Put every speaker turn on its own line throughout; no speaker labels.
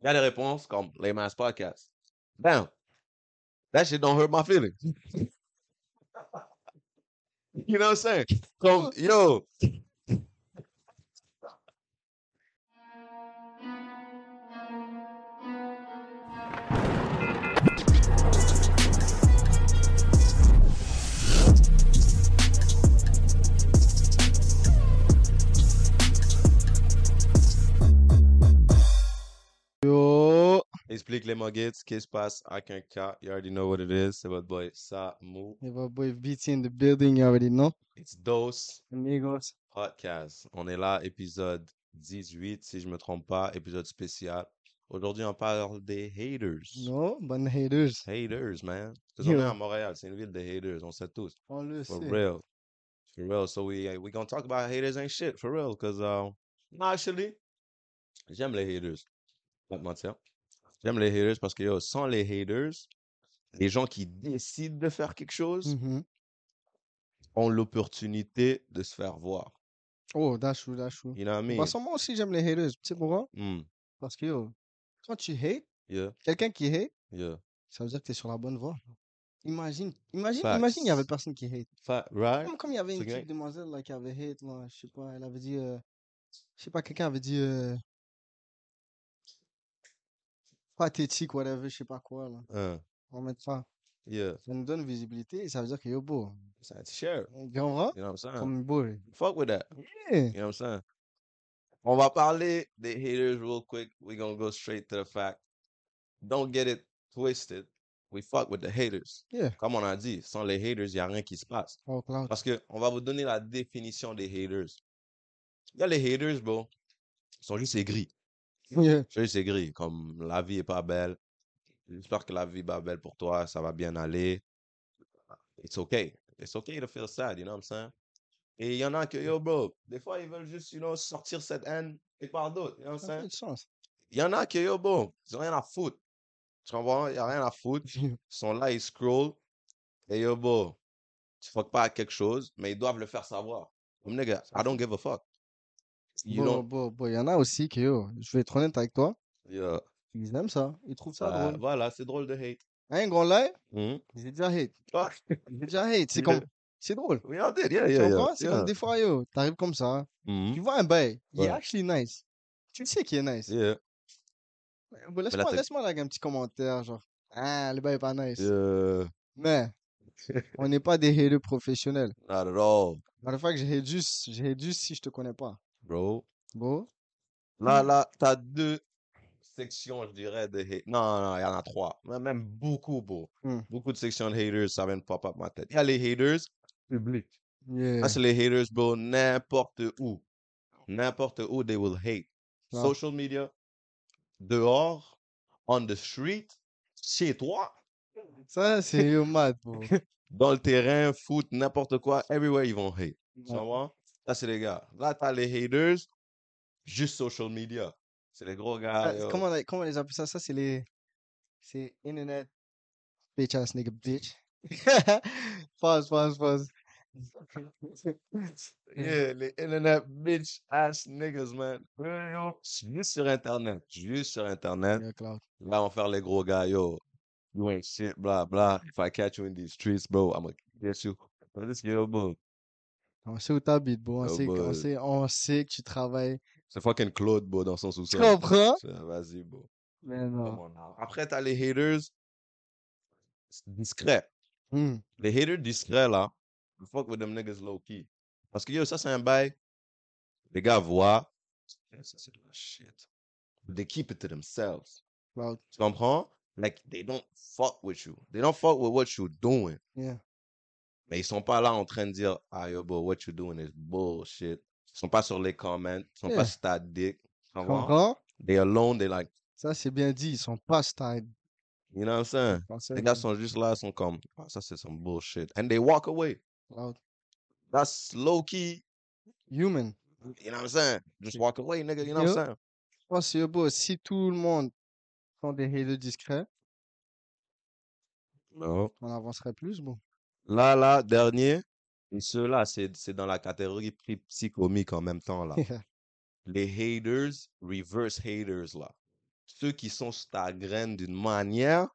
Il y a des réponses comme les Mass Podcast. Damn. That shit don't hurt my feelings. you know what I'm saying? Comme, yo.
Yo.
Explique les Muggets, qu'est-ce qui se passe avec un cas. You already know what it is. C'est votre boy Samu.
Hey, my boy BT in the building, you already know.
It's Dose.
Amigos.
podcast. On est là, épisode 18, si je me trompe pas, épisode spécial. Aujourd'hui, on parle des haters.
No, bonne haters.
Haters, man. Parce qu'on est
Yeah.
à Montréal, c'est une ville de haters, on sait tous.
On le
For
sait.
real. For real. So we uh, we gonna talk about haters and shit, for real. Cause uh, nah, actually, j'aime les haters. Pas te mentir. J'aime les haters parce que yo, sans les haters, les gens qui décident de faire quelque chose
Mhm.
ont l'opportunité de se faire voir.
Oh, that's true, that's true.
You know what I mean?
Parce que moi aussi, j'aime les haters. Tu sais pourquoi?
Mm.
Parce que, yo, quand tu hates,
Yeah,
quelqu'un qui hate,
yeah.
ça veut dire que t'es sur la bonne voie. Imagine, imagine,
Facts.
imagine, il y avait personne qui hate.
Fa- right?
Comme, comme il y avait une
C'est
petite
correct.
demoiselle là, qui avait hate, là, je sais pas, elle avait dit, euh, je sais pas, quelqu'un avait dit, euh, pathétique, whatever, je sais pas quoi, là.
Uh,
On va mettre ça.
yeah,
Ça nous donne visibilité et ça veut dire que, yo, beau.
it's not to share.
Tu comprends?
You know what I'm saying?
Comme beau. là.
Fuck with that.
Yeah.
You know what I'm saying? On va parler des haters real quick. We're gonna go straight to the fact. Don't get it twisted. We fuck with the haters.
Yeah.
Comme on a dit, sans les haters, il n'y a rien qui se passe.
Oh, cloud.
Parce que on va vous donner la définition des haters. Il y a les haters, bro. Ils sont juste aigris.
Yeah.
Je sais, c'est gris. Comme la vie est pas belle. J'espère que la vie va belle pour toi. Ça va bien aller. It's okay. It's okay to feel sad, you know what I'm saying? Et il y en a que, yo, bro, des fois, ils veulent juste, you know, sortir cette haine et par d'autres, you know what
Ça fait
I'm saying?
du sens.
Il y en a que, yo, bro, ils ont rien à foutre. Tu comprends? Il y a rien à foutre.
Yeah.
Ils sont là, ils scrollent. Et yo, bro, tu fuck pas à quelque chose, mais ils doivent le faire savoir. Comme, nigga, I don't give a fuck. You
Bon,
don't...
bon, bon, il y en a aussi que, yo, je vais être honnête avec toi,
Yeah.
ils aiment ça, ils trouvent ça
Bah,
drôle.
voilà, c'est drôle de hate.
Hein, gros là,
Mhm.
j'ai déjà hate.
bah. Ah,
J'ai déjà hate. C'est
Yeah.
comme, c'est drôle.
We all did, yeah,
Tu
yeah, yeah.
comprends? C'est comme
yeah.
des fois, yo, t'arrives comme ça,
Mhm.
tu vois un bail, il est
Ouais.
actually nice. Tu le sais qu'il est nice.
Yeah,
Ouais, bon,
là,
laisse-moi,
t'as-
laisse-moi like, un petit commentaire, genre, ah, le bail est pas nice.
yeah.
Mais, on n'est pas des haters professionnels.
Not at all,
Matter of fact, je hate juste, je hate juste si je te connais pas.
bro.
Bon?
Là, là, t'as deux sections, je dirais, de hate. Non, non, il y en a trois. Même même beaucoup, bro.
Hmm.
Beaucoup de sections de haters, ça vient de pop up ma tête. Il y a les haters publics.
Yeah.
Ça, c'est les haters, bro, n'importe où. N'importe où, they will hate.
Ah.
Social media, dehors, on the street, chez toi,
Ça, c'est yo mad, bro.
dans le terrain, foot, n'importe quoi, everywhere, ils vont hate. Tu
Ouais.
comprends? Ça, c'est les gars. Là, t'as les haters, juste social media. C'est les gros gars.
Ça,
yo.
Ah, comment, on- comment on les appelle ça? Ça, c'est les. C'est Internet. Bitch ass nigga, bitch. pause, pause, pause.
Yeah, les internet bitch ass niggas, man. Ouais, yo. Juste sur Internet. Juste sur Internet.
Yeah, Cloud.
Là, on va faire les gros gars, yo. You ain't shit, blah, blah. If I catch you in these streets, bro, I'm gonna get you. But this yo, bro.
On sait où t'habites, bro.
Oh,
On sait, que- on
boy.
sait, on sait que tu travailles.
C'est fucking Claude, bro, dans son
Tu
sous-sol.
comprends?
Ça, Vas-y, bro.
Mais
Come
non.
on now. Après, t'as les haters c'est discret.
Hmm.
Les haters discrets, là, we fuck with them niggas low-key. Parce que, yo, ça, c'est un bail. Les gars voient. Yeah, Ça, c'est de la shit. They keep it to themselves.
Cloud.
Tu comprends? Like, they don't fuck with you. They don't fuck with what you're doing.
Yeah.
Mais ils sont pas là en train de dire, ah, yo, bro, what you doing is bullshit. Ils sont pas sur les comments. Ils sont
Yeah.
pas sur ta dick. Tu
Tu
comprends?
comprends?
They alone, they like,
Ça, c'est bien dit. Ils sont pas style.
you know what I'm saying? Les gars sont juste là, sont comme, ah, ça, c'est some bullshit. And they walk away.
Cloud.
That's low-key.
Human.
You know what I'm saying? Just walk away, nigga. You know what I'm saying?
Je pense que, bro, Oh, si tout le monde prend des haters discrets,
Non.
on avancerait plus, bon.
Là, là, dernier. Et ceux-là, c'est c'est dans la catégorie psy-
Ah.
psychomique en même temps, là. Les haters, reverse haters, là. ceux qui sont sur ta graine d'une manière,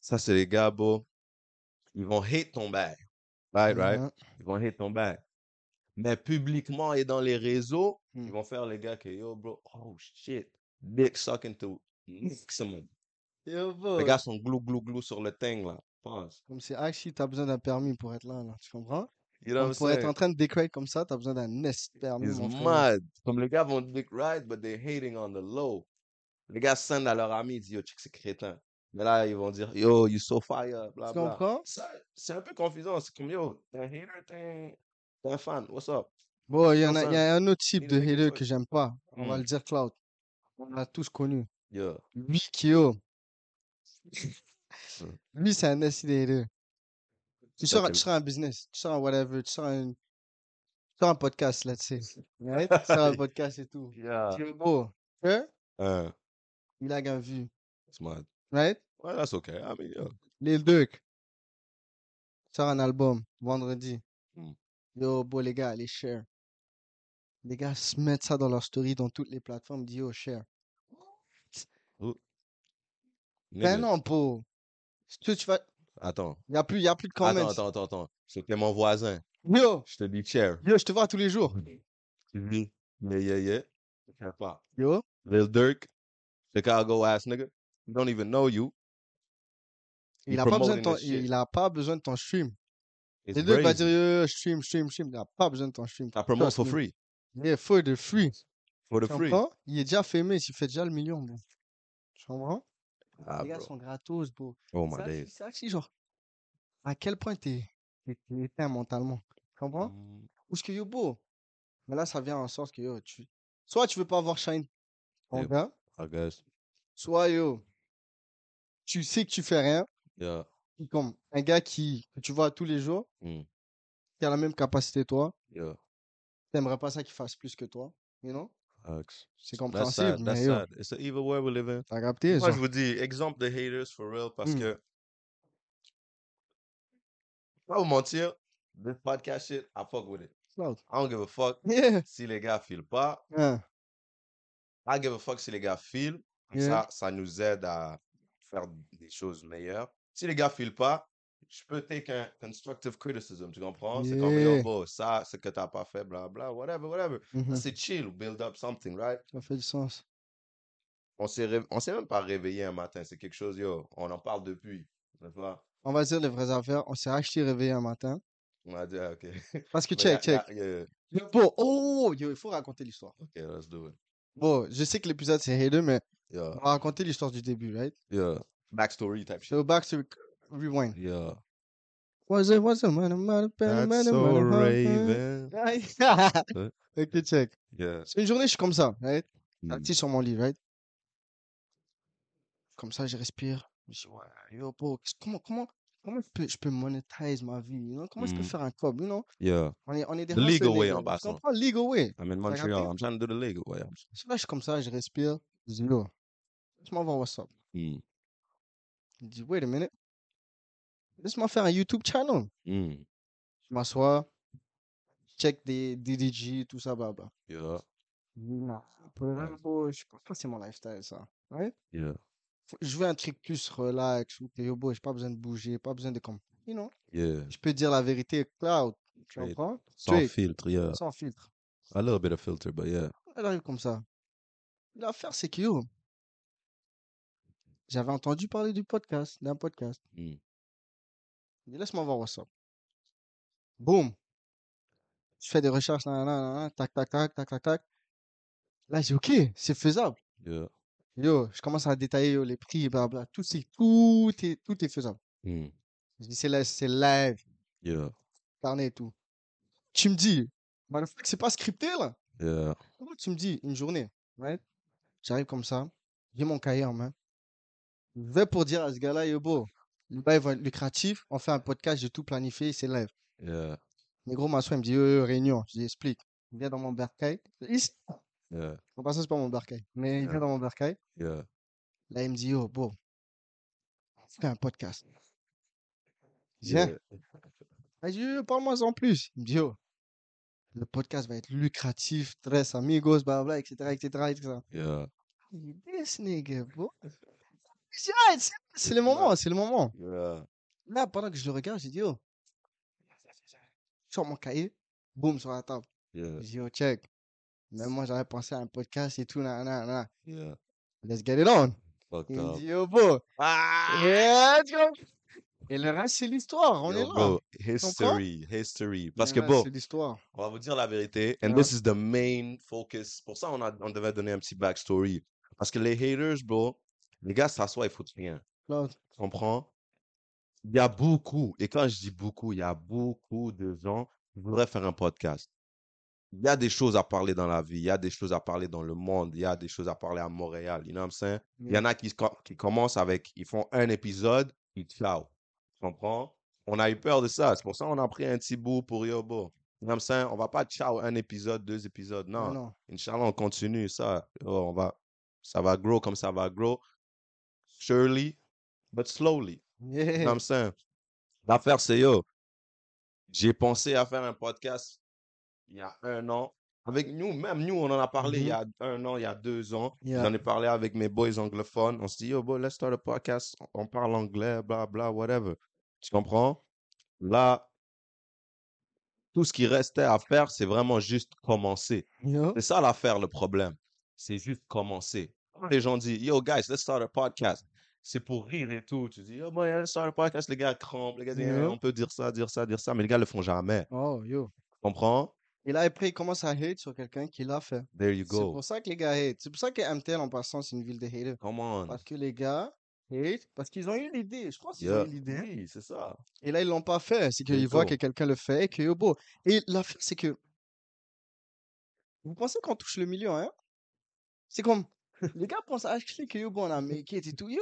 ça, c'est les gars, bro. Ils vont hate ton bail. Right, right?
Mhm.
Ils vont hate ton bail. Mais publiquement et dans les réseaux,
Mm.
ils vont faire les gars que, yo, bro, oh shit, dick sucking to maximum.
Yo,
Les
bro.
gars sont glou, glou, glou sur le thing, là. Pense.
Comme c'est actually, t'as besoin d'un permis pour être là, là. Tu comprends?
You know what
Comme
I'm
pour être
saying?
en train de décrate comme ça, t'as besoin d'un nest permis,
It's
mon frère.
mad. Comme les gars vont dick ride, but they're hating on the low. Les gars send à leur ami, ils disent, yo, check, c'est crétin. Mais là, ils vont dire, yo, you so fire, bla,
Tu
bla.
comprends?
Ça, c'est un peu confusant. C'est comme, yo, t'es un hater, t'es un- t'es un fan, what's up?
Bon, il y en a,
Ensemble.
il y a un autre type
Need
de
to make it
hater
work.
que j'aime pas. On va
Hmm.
le dire cloud. On l'a tous connu.
Yo.
Lui,
Hmm.
Kyo. Lui, c'est un esti de hater. Tu
Ça,
sors,
t'es-
tu sors un business, tu sors un whatever, tu sors un, tu sors un podcast, let's say. Right? Tu sors un podcast et tout.
Yeah.
Tu es beau. Hein?
Hein,
Il a gain vue.
it's mad.
Right?
Well, that's okay. I mean, yo.
Lil Durk. Sort un album, vendredi.
Mm.
Yo, beau les gars, allez share. Les gars se mettent ça dans leur story, dans toutes les plateformes, disent yo, share.
Nigga,
Ben non, beau. Si tu tu vas,
Attends.
y a plus, y a plus de comments.
Attends, attends, attends, attends. C'était mon voisin.
Yo,
Je te dis chair.
yo, je te vois tous les jours.
Lui. Yeah, yeah, yeah. Je sais pas.
Yo,
Lil Durk, Chicago ass nigga. He don't even know you.
il
He
a pas besoin de
promoting
ton,
his shit.
il a pas besoin de ton stream.
It's
Les deux va
brazen.
dire yo, yo, stream, stream, stream. Il a pas besoin de ton stream.
I promote for
Trust me.
free.
Il est faux de free.
For the
Tu
free.
comprends? Il est déjà famé, il fait déjà le million, bro. Tu comprends?
Ah,
les gars
bro.
sont gratos, bro.
Oh
C'est
my
actually-
days.
c'est actually, genre, à quel point t'es t'es- t'es éteint mentalement. Tu comprends?
Mm.
Ou ce que yo, beau. Mais là, ça vient en sorte que yo, tu. Soit tu veux pas avoir Shine, ton
Yep.
gars.
I guess.
Soit yo, tu sais que tu fais rien.
Yeah.
Puis Comme un gars qui, que tu vois tous les jours,
Mm.
qui a la même capacité que toi.
Yeah.
T'aimerais pas ça qu'il fasse plus que toi. You know?
Facts.
C'est
That's
compréhensible,
sad. That's
mais yo,
sad. It's an evil world we live in.
t'as capté,
Moi,
genre.
je vous dis, exemple de haters for real, parce
Mm.
que, pas vous mentir, this podcast shit, I fuck with it.
Cloud.
I don't give a fuck
Yeah.
si les gars filent pas.
Hein.
I give a fuck si les gars filent. Comme
Yeah.
Ça, ça nous aide à faire des choses meilleures. Si les gars filent pas, je peux take un constructive criticism, tu comprends? C'est comme, yo,
Yeah.
bro, ça, c'est que t'as pas fait, bla, bla, whatever, whatever. Ça,
Mhm.
C'est chill, build up something, right?
Ça fait du sens.
On s'est réve- on s'est même pas réveillé un matin. C'est quelque chose, yo, on en parle depuis. n'est-ce pas?
On va dire les vraies affaires. On s'est acheté réveillé un matin.
On a dit, ah, ok.
Parce que
Mais y a-
check, check.
y a- y a-
Le pot. Oh, yo, il faut raconter l'histoire.
Okay, let's do it.
Bon, je sais que l'épisode c'est hater, mais
Yeah,
on va raconter l'histoire du début, right?
yeah. Backstory type shit.
So back to rec- rewind.
Yeah.
What's it, what's it, man, man, man, man, man, man, man.
Hein?
Ok, check.
Yeah.
C'est une journée, je suis comme ça, right?
Mm.
Assis sur mon lit, right? Comme ça, je respire. Je dis, ouais, yo, bro, qu'est-ce- comment, comment, comment je peux, je peux monétiser ma vie, you know? Comment je peux
Mm.
faire un cob, you know?
Yeah.
On est, on est des
The legal
hustlers, les
way,
gars,
en
tu
passant.
comprends? Legal way.
I'm in
capté?
Montreal. I'm trying to do the legal way. I'm
So Là, je suis comme ça, je respire. Je dis, yo, je m'envoie WhatsApp.
Mm.
Il dit, wait a minute. Laisse-moi faire un YouTube channel.
Mm.
Je m'assois, check des DDG, tout ça, bah, blabla.
Yeah.
Non, pour le
Ouais.
moment, je pense pas que c'est mon lifestyle, ça. Ouais.
Yeah.
Faut- Je veux un truc plus relax, ou que yo, boy, j'ai pas besoin de bouger, pas besoin de comme. You know,
Yeah.
je peux dire la vérité, cloud. Tu
Straight.
comprends?
Sans
Straight,
filtre. Yeah.
sans filtre.
A little bit of filter, but yeah.
Elle arrive comme ça. L'affaire, c'est que yo, j'avais entendu parler du podcast, d'un podcast.
Mm.
Il dit, laisse-moi voir WhatsApp. Boum. Je fais des recherches, nan, nan, nan, nan, tac, tac, tac, tac, tac, tac. Là, j'ai OK, c'est faisable.
Yeah.
Yo, je commence à détailler yo, les prix, blabla. Tout, c'est, tout, est, tout est faisable.
Mm.
Je dis, c'est live, c'est live,
Yeah.
carnet et tout. Tu me dis, motherfucker, c'est pas scripté là.
Yeah.
Comment tu me dis une journée, right? J'arrive comme ça, j'ai mon cahier en main. Je vais pour dire à ce gars-là, yo, beau, le bail va être lucratif, on fait un podcast, j'ai tout planifié, c'est live.
Yeah.
Les gros m'assoit, il me dit, yo, yo, réunion. Je lui explique. Il vient dans mon bercail. Ici.
Yeah.
En passant, c'est pas mon bercail, mais il vient dans mon bercail.
Yeah.
Là, il me dit, yo, beau, on fait un podcast. Viens.
Yeah.
Vas-y, yo, parle-moi en plus. Il me dit, yo, le podcast va être lucratif, très amigos, blablabla, etc., etc., etc.
Yeah.
This nigga, bro. J'ai dit, ah, c'est- C'est le moment, c'est le moment.
Yeah.
Là, pendant que je le regarde, j'ai dit, oh, je sors mon cahier, boum, sur la table.
Yeah.
J'ai dit, oh, check. Même moi, j'avais pensé à un podcast et tout, nanana, nanana.
Yeah.
Let's get it on.
Fucked
Il me
up.
dit, oh, bro.
Ah!
Yeah, tu vois. Et le reste, c'est l'histoire, on
Yo,
est là.
bro,
comprends?
history, history. Parce
Le
que
reste,
bon,
C'est l'histoire.
on va vous dire la vérité. And
Ouais.
this is the main focus. Pour ça, on, a, on devait donner un petit backstory. Parce que les haters, bro, les gars s'assoient, ils foutent rien.
Là,
Tu comprends? Il y a beaucoup, et quand je dis beaucoup, il y a beaucoup de gens qui voudraient faire un podcast. Il y a des choses à parler dans la vie, il y a des choses à parler dans le monde, il y a des choses à parler à Montréal, you know what I'm saying? Il y en a qui, se com- qui commencent avec, ils font un épisode, ils ciao. Tu comprends? On a eu peur de ça, c'est pour ça qu'on a pris un petit bout pour Yobo. You know what I'm saying? On va pas ciao un épisode, deux épisodes,
Ah
non.
non.
Inch'Allah, on continue ça. Oh, on va, ça va grow comme ça va grow. Surely, but slowly. You know
Yeah.
what I'm saying? L'affaire, c'est yo. J'ai pensé à faire un podcast il y a un an. Avec nous, même nous, on en a parlé il y a un an, il y a deux ans.
Yeah.
J'en ai parlé avec mes boys anglophones. On s'est dit, yo, bro, let's start a podcast. On- On parle anglais, bla, bla, whatever. Tu comprends? Là, tout ce qui restait à faire, c'est vraiment juste commencer.
Yo.
C'est ça l'affaire, le problème. C'est juste commencer. Quand les gens disent, yo, guys, let's start a podcast, c'est pour rire et tout. Tu dis, yo, boy, let's start a podcast, les gars crampent, les gars disent, Eh,
Yeah.
on peut dire ça, dire ça, dire ça, mais les gars le font jamais.
Oh, yo.
Tu comprends?
Et là, après, il commence à hate sur quelqu'un qui l'a fait.
There you
C'est
go.
pour ça que les gars hate. C'est pour ça que MTL, en passant, c'est une ville de haters.
Come on.
Parce que les gars hate, parce qu'ils ont eu l'idée. Je pense qu'ils
Yeah.
ont eu l'idée.
Oui, c'est ça.
Et là, ils l'ont pas fait. C'est
There you
qu'ils voient
go.
que quelqu'un le fait et que yo, beau. Et l'affaire, c'est que. Vous pensez qu'on touche le million, hein? C'est comme. Les gars pensent à acheter que yo, bon, on a make it et tout. Yo,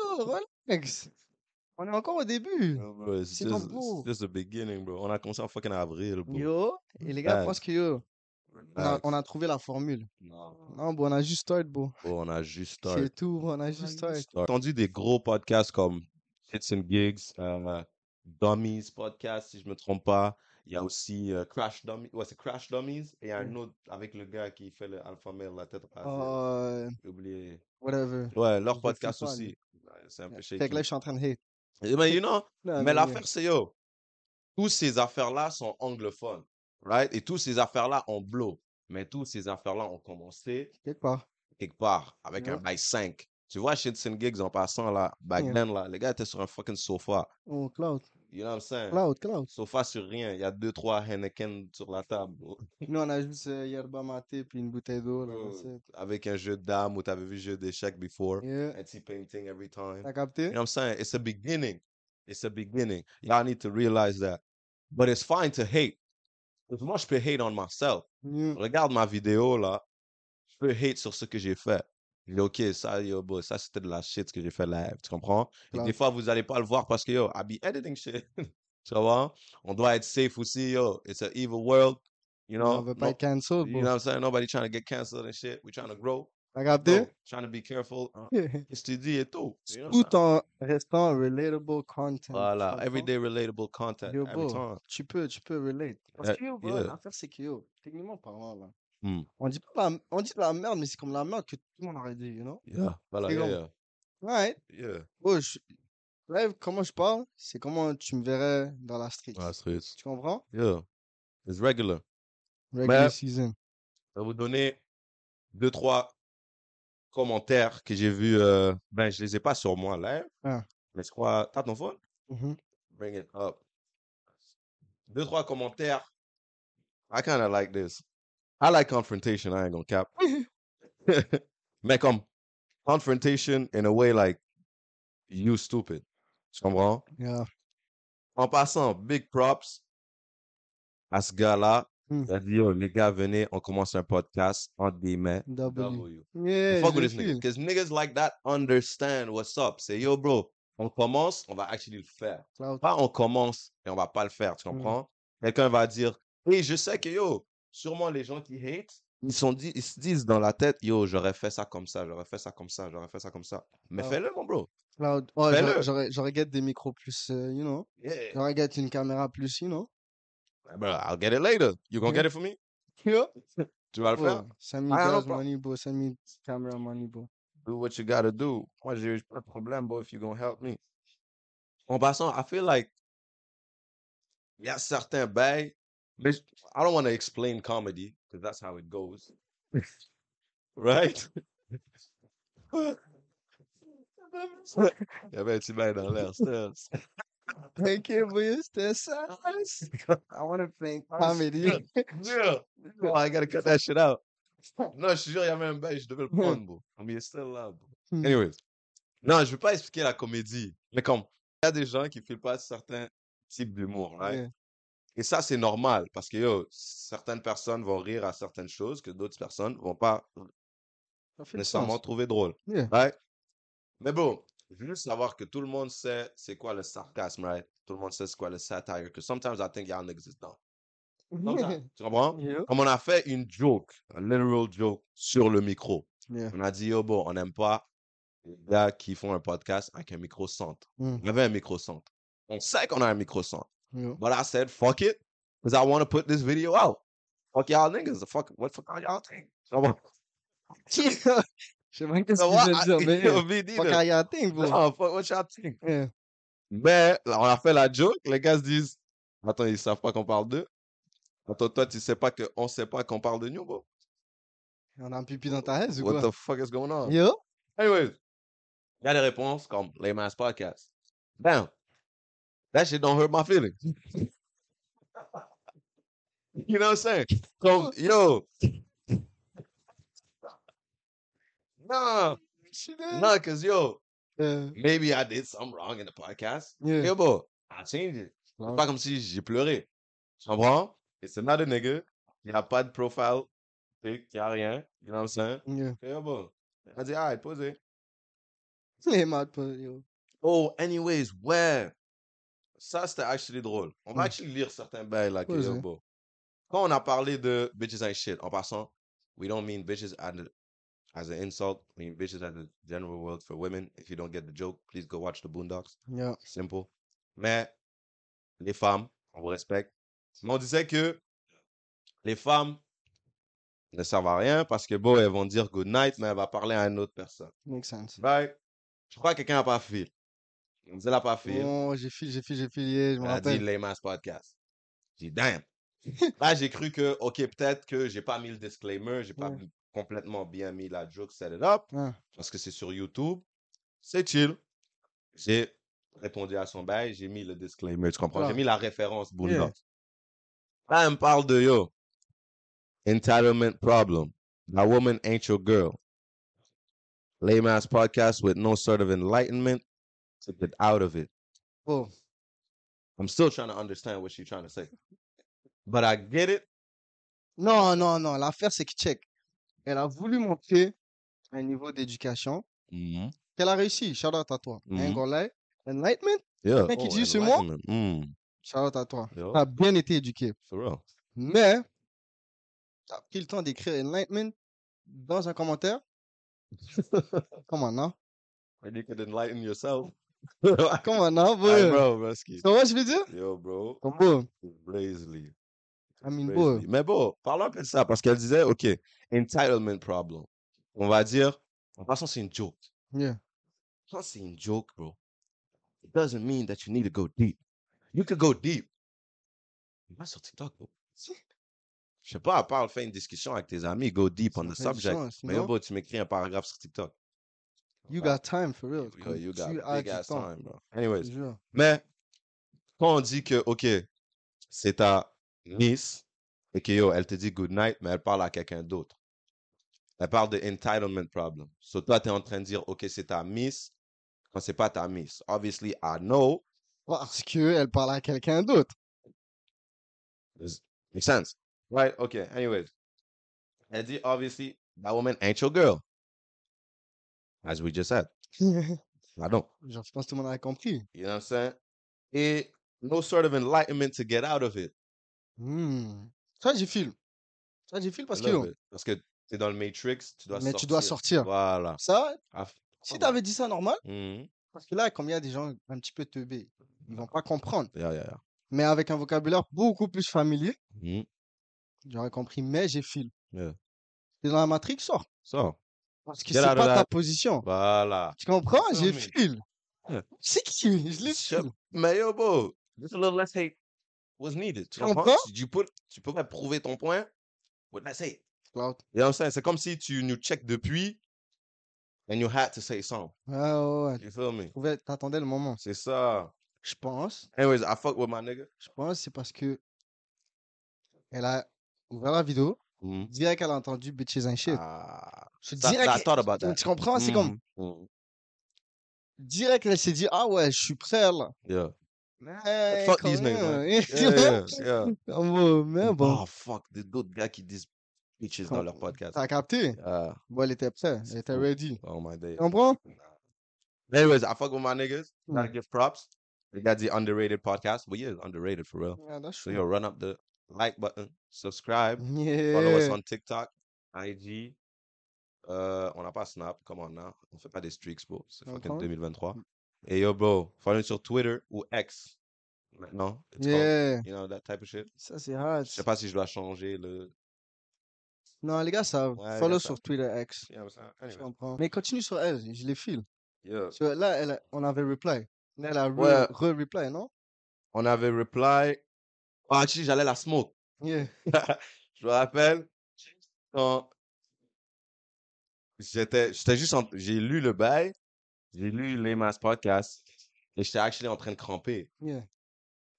relax. On est encore au début.
Yeah, bro, it's
C'est pas
just, it's
beau.
just the beginning, bro. On a commencé en fucking avril, bro.
Yo. Et les gars
Relax.
pensent que yo, on a,
Relax.
on a trouvé la formule.
Non,
Non, bon, on a juste start, beau.
bro, on a juste start.
C'est tout, on a
On a
Ah, juste
juste
start.
start. entendu des gros podcasts comme Hits and Gigs, euh, Dummies podcast, si je me trompe pas. Il y a aussi euh, Crash Dummies. Ouais, c'est Crash Dummies. Et il y a un
Mm.
autre avec le gars qui fait le Alpha Male, la tête rasée.
Euh,
J'ai oublié.
whatever.
Ouais, leur
Je le suis
podcast
pas, lui.
aussi. Ouais, C'est un peu
Fait que là,
shaky.
je suis en train de hate.
Et- Mais you know,
Non,
mais
mais-
l'affaire, c'est yo. Toutes ces affaires-là sont anglophones. Right? Et toutes ces affaires-là ont blow. Mais toutes ces affaires-là ont commencé
Quelque part.
quelque part avec
Yeah.
un bail 5. Tu vois, Shits and Gigs en passant là, back
Yeah.
then là, les gars étaient sur un fucking sofa.
Oh, cloud,
You know what I'm saying?
cloud, cloud.
Sofa sur rien, il y a deux, trois Henneken sur la table. bro.
Nous, on a juste euh, yerba maté puis une bouteille d'eau. là,
Bro,
that's it.
Avec un jeu de dames où t'avais vu jeu d'échecs before.
Yeah.
Un petit painting every time.
T'as capté?
You know what I'm saying? It's a beginning. It's a beginning. Y'all need to realize that. But it's fine to hate. Because moi, je peux hate on myself.
Yeah.
Regarde ma vidéo là. Je peux hate sur ce que j'ai fait. Je dis, ok, ça, yo, bro, ça c'était de la shit que j'ai fait live. Tu comprends? Et des
Claro.
fois, vous allez pas le voir parce que yo, I be editing shit. tu vois? On doit être safe aussi, yo. It's an evil world. You
Non, on
know?
veut pas
No-
être cancel,
you know
bro.
what I'm saying? Nobody trying to get canceled and shit. We trying to grow.
T'as
grow,
capté?
Trying to be careful. Hein, Qu'est-ce que tu dis et tout? You know
Tout
ça?
en restant relatable content.
Voilà.
tu comprends?
Everyday relatable content.
Yo,
every
bro,
time.
tu peux, tu peux relate. Parce
Yeah,
que yo, bro,
Euh, yeah.
l'affaire, c'est que yo, techniquement parlant, là.
Hmm.
On dit pas la, on dit de la merde, mais c'est comme la merde que tout le monde aurait dit, you know?
Yeah. Voilà.
C'est
Yeah,
comme- Right?
yeah. Yeah.
Bro, je- Là, comment je parle, c'est comment tu me verrais dans la street.
Ah, c'est-
Tu comprends?
Yeah. It's regular.
Regular
Mais-
season.
vais vous donner deux, trois commentaires que j'ai vus. euh, ben, je les ai pas sur moi là.
Ah.
Mais je crois. T'as ton phone?
Mhm.
Bring it up. Deux, trois commentaires. I kind of like this. I like confrontation. I ain't gonna cap. Mais comme confrontation in a way like you stupid. Tu comprends?
Yeah.
En passant, big props à ce gars-là.
Hmm.
Il a dit, yo, les gars, venez, on commence un podcast en des mains.
W.
W.
E. Yeah,
fuck
je
with this nigga.
feel.
Because niggas like that understand what's up. C'est yo, bro, on commence, on va actually le faire.
Cloud.
Pas on commence et on va pas le faire, tu
Mm.
comprends? Quelqu'un va dire, et je sais que yo, sûrement les gens qui hate, ils, sont dit, ils se disent dans la tête, yo, j'aurais fait ça comme ça, j'aurais fait ça comme ça, j'aurais fait ça comme ça. Mais
Ah.
fais-le, mon bro.
Cloud. Oh,
Fais-le.
j'aurais- j'aurais j'aurais get des micros plus, euh, you know.
Yeah.
J'aurais get une caméra plus, you know. Ah.
Bro, I'll get it later. You gonna
Yeah.
get it for me?
Yeah.
Tu vas le faire?
Bro, send me
Ah, non,
girls
pas-
money, bro. Send me camera money, bro.
Do what you gotta do. Moi, j'ai pas de problème, bro, if you gonna help me. En passant, I feel like il y a certains bails, mais je- I don't want to explain comedy, because that's how it goes. right? il y avait un petit bail dans l'air, c'était-
Ok, oui, c'était ça. I want to think comedy.
Yeah. Oh, I gotta cut that shit out. Non, je te jure, il y avait un bail, je devais
Mmh.
le prendre, bro. Mais il est still là, bro.
Hmm.
Anyways. Non, je veux pas expliquer la comédie, mais comme, il y a des gens qui filent pas certains types d'humour, right?
Yeah.
Et ça, c'est normal, parce que, yo, certaines personnes vont rire à certaines choses que d'autres personnes vont pas
Ça fait du
nécessairement
sens.
trouver drôle,
Yeah.
right? Mais bon, je veux juste savoir que tout le monde sait c'est quoi le sarcasme, right? Tout le monde sait c'est quoi le satire, que sometimes I think y'all niggas don't. Sometimes, tu comprends?
Yeah.
Comme on a fait une joke, un literal joke sur le micro.
Yeah.
On a dit, yo, bon, on n'aime pas les gars qui font un podcast avec un micro-centre.
Mm.
On avait un micro-centre. On sait qu'on a un micro-centre.
Yeah.
But I said, fuck it, because I want to put this video out. Fuck y'all niggas. Fuck, what fuck are y'all think? Tu comprends?
Je sais pas qu'est-ce
So
que
what
je veux
I-
dire, mais
yo,
yeah.
me
Fuck
neither.
how y'all think, bro.
Non, fuck what y'all think.
Yeah.
Mais là, on a fait la joke, les gars se disent, attends, ils savent pas qu'on parle d'eux. Attends, toi, tu sais pas qu'on sait pas qu'on parle de nous, bro.
On a un pipi dans ta race ou
What
quoi?
the fuck is going on?
Yo.
Anyways, il y a des réponses comme les mass podcasts. Damn, that shit don't hurt my feelings. you know what I'm saying? Comme, yo. No, no, because yo,
Yeah.
maybe I did something wrong in the podcast.
Yeah.
Yo, bro, I changed it. C'est pas comme si j'ai pleuré. Tu comprends? It's another nigga. Il a pas de profile. Il n'y a rien. You know what I'm saying?
Yeah.
Yo, bro. I dit, alright, posez.
Les mad pas, yo.
Oh, anyways, ouais. Ça, c'était actually drôle. On va
Ouais.
actually lire certains bails là. que
Ouais,
yo,
ouais.
bro. Quand on a parlé de bitches and shit, en passant, we don't mean bitches as, a- as an insult. We mean bitches as a general word for women. If you don't get the joke, please go watch the Boondocks.
Yeah.
Simple. Mais les femmes, on vous respecte. Mais on disait que les femmes ne servent à rien parce que, bon, elles vont dire good night, mais elles vont parler à une autre personne.
Makes sense.
Right? Je crois que quelqu'un n'a pas fil. On disait, elle n'a pas fil.
Oh, j'ai filé, j'ai filé, j'ai filé, je me
Elle a dit
rappelle.
Lame Ass Podcast. J'ai dit, damn. Là, j'ai cru que, OK, peut-être que j'ai pas mis le disclaimer, j'ai pas
Ouais.
complètement bien mis la joke set it up,
Ah.
parce que c'est sur YouTube. C'est chill. J'ai répondu à son bail, j'ai mis le disclaimer, tu comprends?
Ouais.
J'ai mis la référence Boondocks.
Yeah.
Là, elle me parle de yo. Entitlement problem. That woman ain't your girl. Lame Ass Podcast with no sort of enlightenment. To get out of it.
Bon.
I'm still trying to understand what she's trying to say. But I get it.
Non, non, non. L'affaire, c'est que check. Elle a voulu monter un niveau d'éducation qu'elle a réussi. Shout out à toi.
Mhm.
Un gars-là. Enlightenment.
Yeah. Oh,
Mec, il dit, c'est moi?
enlightenment. Mm,
Shout out à toi.
Yo.
T'as bien été éduqué.
for real.
Mais, t'as pris le temps d'écrire Enlightenment dans un commentaire. hein. Comment non?
And you could enlighten yourself.
Comment non, hein, bro?
Aye, bro, Rusky.
Tu vois, ce que je veux dire?
Yo, bro.
Comme bon.
Brazily.
I mean, bro.
Brazily. Mais bon, parlons un peu de ça parce qu'elle disait, OK, entitlement problem. On va dire, en passant, c'est une joke.
Yeah.
Quand c'est une joke, bro, it doesn't mean that you need to go deep. You could go deep. Mais Pas sur TikTok, bro. Je sais pas, à part faire une discussion avec tes amis, go deep on
Ça
the
fait du
subject.
sens,
Mais
non?
yo, bro, tu m'écris un paragraphe sur TikTok.
You
Bah,
got time, for real.
yo,
Comme
you got
tu as
big
du
ass
temps.
time, bro.
je te
Anyways,
jure.
mais quand on dit que, OK, c'est ta niece et que yo, elle te dit good night, mais elle parle à quelqu'un d'autre. Elle parle de entitlement problem. So toi, t'es en train de dire, OK, c'est ta miss quand c'est pas ta miss. Obviously, I know.
Parce qu'elle parle à quelqu'un d'autre.
Does make sense? Right? Okay. Anyways, elle dit, obviously, that woman ain't your girl. As we just said.
Genre,
I don't.
je pense que tout le monde a compris.
You know what I'm saying? It no sort of enlightenment to get out of it.
Hmm. Ça, j'y file. Ça, j'y file parce
I
que.
love
yo,
it. Parce que t'es dans le Matrix, tu ben, dois
Mais
sortir.
tu dois sortir.
Voilà.
Ça,
Ah, f-
si
ouais.
t'avais dit ça normal,
Mhm.
parce que là, comme il y a des gens un petit peu teubés, ils vont pas comprendre.
Yeah, yeah, yeah.
Mais avec un vocabulaire beaucoup plus familier,
Mhm.
j'aurais compris, mais j'ai file.
Yeah.
T'es dans la matrix, sors.
So,
Parce que
Get
c'est
out
pas
of
ta
that.
position.
Voilà.
Tu comprends?
Non,
J'ai
mais-
feel.
Ouais.
C'est qui? Je l'ai
Sure.
feel.
Mais yo, bro, just a little less hate was needed. Tu
Comprends?
comprends? Tu, tu peux, tu peux pas prouver ton point with less hate. You know what I'm saying? C'est comme si tu nous check depuis and you had to say something.
Ah ouais, ouais.
You feel me?
Tu pouvais- T'attendais le moment.
C'est ça.
Je pense,
Anyways, I fuck with my nigga.
je pense, c'est parce que elle a ouvert la vidéo,
Mhm.
direct qu'elle a entendu bitches and shit.
Ah,
Je
that-
dirais
I thought about that.
Tu comprends? C'est comme,
Mhm. Mhm.
direct elle s'est dit, ah ouais, je suis prêt là.
Yeah.
Mais
fuck
quand
these niggas, man.
même.
Yeah, yeah, yeah.
En mode, mais Ah bon,
Oh, fuck, the good guy qui disent bitches
Com-
dans leur podcast.
t'as capté?
Ah,
Bon, elle était prête, elle
C'est
était
fou.
ready.
oh my day.
Tu comprends?
Anyways, I fuck with my niggas. Gotta
Mm.
give props. They got the underrated podcast. But yeah, it's underrated for real.
Yeah, that's
So
true.
yo, run up the like button, subscribe, follow us
Yeah.
on TikTok, IG. Euh, on n'a pas Snap, come on now. On fait pas des streaks, bro. C'est
On
fucking
prend-
2023.
Mm.
Et yo, bro, follow sur Twitter ou X. Maintenant, it's called,
Yeah.
you know, that type of shit.
Ça, c'est hard.
Je sais pas si je dois changer le.
Non, les gars savent.
Ouais, les
Follow
gars
sur
savent.
Twitter X.
Yeah, I'm saying,
Je
anyway.
comprends. Mais continue sur elle, je les file.
Yeah.
Sur- Là, elle a- on avait reply. Mais Elle a
Ouais.
re- re-reply, non?
On avait reply. Oh, actually, j'allais la smoke.
Yeah.
je me rappelle quand j'étais, j'étais juste en- j'ai lu le bail, j'ai lu les Mass Podcast et j'étais actually en train de cramper.
Yeah.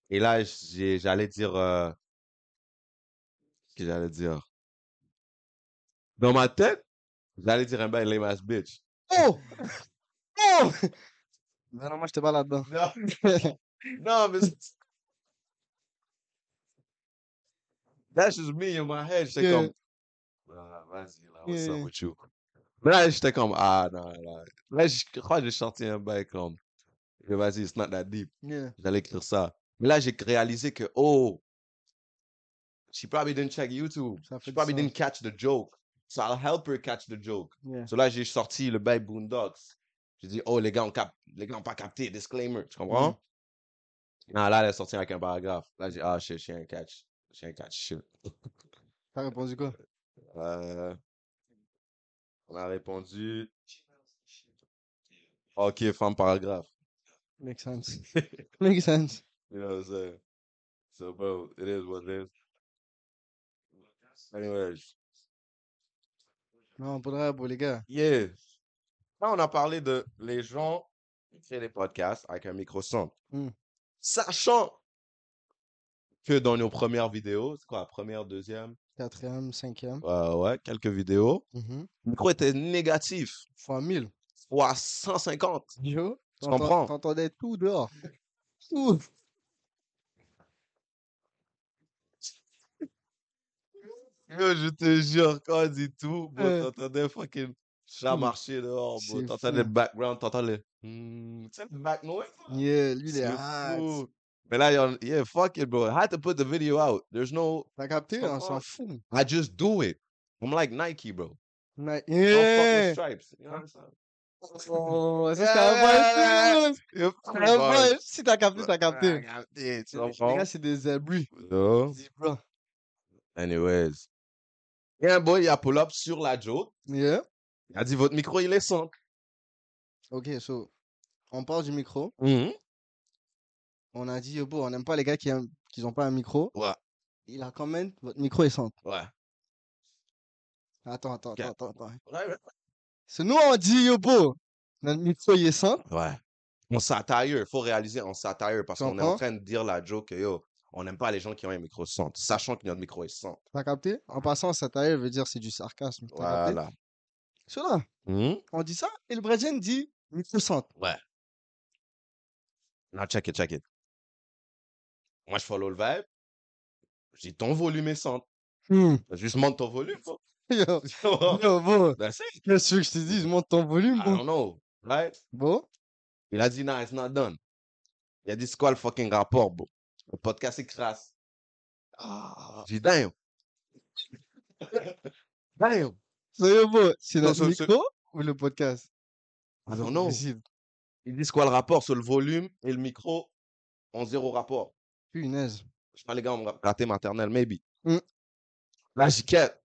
Et là, j'ai- j'allais dire, euh, qu'est-ce que j'allais dire? Dans ma tête, j'allais dire un bail les Mass Bitch.
Oh! Oh! Non, non, moi, je te pas là-dedans.
Non, non, mais c'est- That's just me in my head. J'étais
Yeah.
comme, ah, vas-y, là, what's
Yeah.
up with you? Mais là, j'étais comme, ah, non, là. Là, je crois que j'ai sorti un bail comme, Eh, vas-y, it's not that deep.
Yeah.
J'allais écrire ça. Mais là, j'ai réalisé que, oh, she probably didn't check YouTube.
Ça fait
She
du
probably
sens.
didn't catch the joke. So I'll help her catch the joke.
Yeah.
So là, j'ai sorti le bail Boondocks. J'ai dit, oh, les gars, on cap... les gars ont pas capté, disclaimer. Tu comprends? Ah, là, elle est sortie avec un paragraphe. Là, j'ai, ah, shit, j'ai un catch. J'ai un catch, shit.
T'as répondu quoi?
Euh, on a répondu. Ok, femme paragraphe.
Makes sense. Makes sense.
You know what I'm saying? So, bro, it is what it is. Anyways,
Non, pour le pour les gars.
yeah. Là, on a parlé de les gens qui créent des podcasts avec un micro simple.
Mm.
Sachant que dans nos premières vidéos, c'est quoi, première, deuxième?
Quatrième, cinquième.
Ouais, ouais, quelques vidéos.
Mhm.
Le micro était négatif,
Fois mille.
fois 150.
Yo.
Tu
t'entends-
comprends?
T'entendais tout dehors. Tout.
Yo, je te jure, quand on dit tout, bro,
Ouais.
t'entendais fucking chat
Fou.
marcher dehors, bro.
C'est
T'entendais le
fou.
background, t'entendais le. Hmm, tu sais, le back noise? là?
Yeah, lui, il est
C'est
hard.
fou. Mais là, y'en- yeah, fuck it, bro. I had to put the video out. There's no.
T'as capté?
Tu
On s'en
comprends?
fout.
I just do it. I'm like Nike, bro.
Na-
I don't fuck with
Yeah!
stripes. You know what I'm saying?
Oh, ça,
Yeah,
c'est un
yeah,
bon chose.
Yo,
C'est
fuck
un
bars.
bon- Si t'as capté, t'as
Ah,
capté.
capté, tu
Les les
comprends?
gars, c'est des abus.
Yo.
Dis, bro.
Anyways. Yeah, boy, il a pull up sur la joke.
Yeah.
Il a dit, votre micro, il est simple.
Ok, so, on parle du micro.
Mhm.
On a dit, yo, bon, on n'aime pas les gars qui aiment, qui n'ont pas un micro.
Ouais,
Il a quand même, votre micro est simple.
ouais.
Attends, attends,
Ok.
attends, attends, attends.
Ouais, ouais.
So, nous, on dit, yo, bon, notre micro, il est simple.
Ouais. On s'attire, faut réaliser, on s'attire parce qu'on est en
Comprends?
train de dire la joke que yo, on n'aime pas les gens qui ont un micro centre, sachant que notre micro est centre.
T'as capté? En passant, ça taille veut dire c'est du sarcasme. T'as capté?
Voilà.
So, là,
Hmm?
on dit ça, et le Brésilien dit, micro centre.
Ouais. Now check it, check it. Moi, je follow le vibe. J'ai ton volume est centre.
Hmm.
Juste monte ton volume. bro.
Yo, yo, bon,
That's it.
qu'est-ce que tu veux que je te dise? Monte ton volume,
I
bon.
ben, don't know. Right?
Bon.
Il a dit, nah, it's not done. Il a dit, c'est quoi le fucking rapport, bro? Le podcast est crasse.
Ah.
J'ai dit, damn. damn.
Soyez beau, c'est
Non,
notre
ce- ce-
micro ou le podcast?
I don't know.
Décide.
Ils disent quoi le rapport sur le volume et le micro ont zéro rapport.
Punaise.
Je sais pas, les gars, on va rater maternelle, maybe.
Mm.
Là, j'y quête.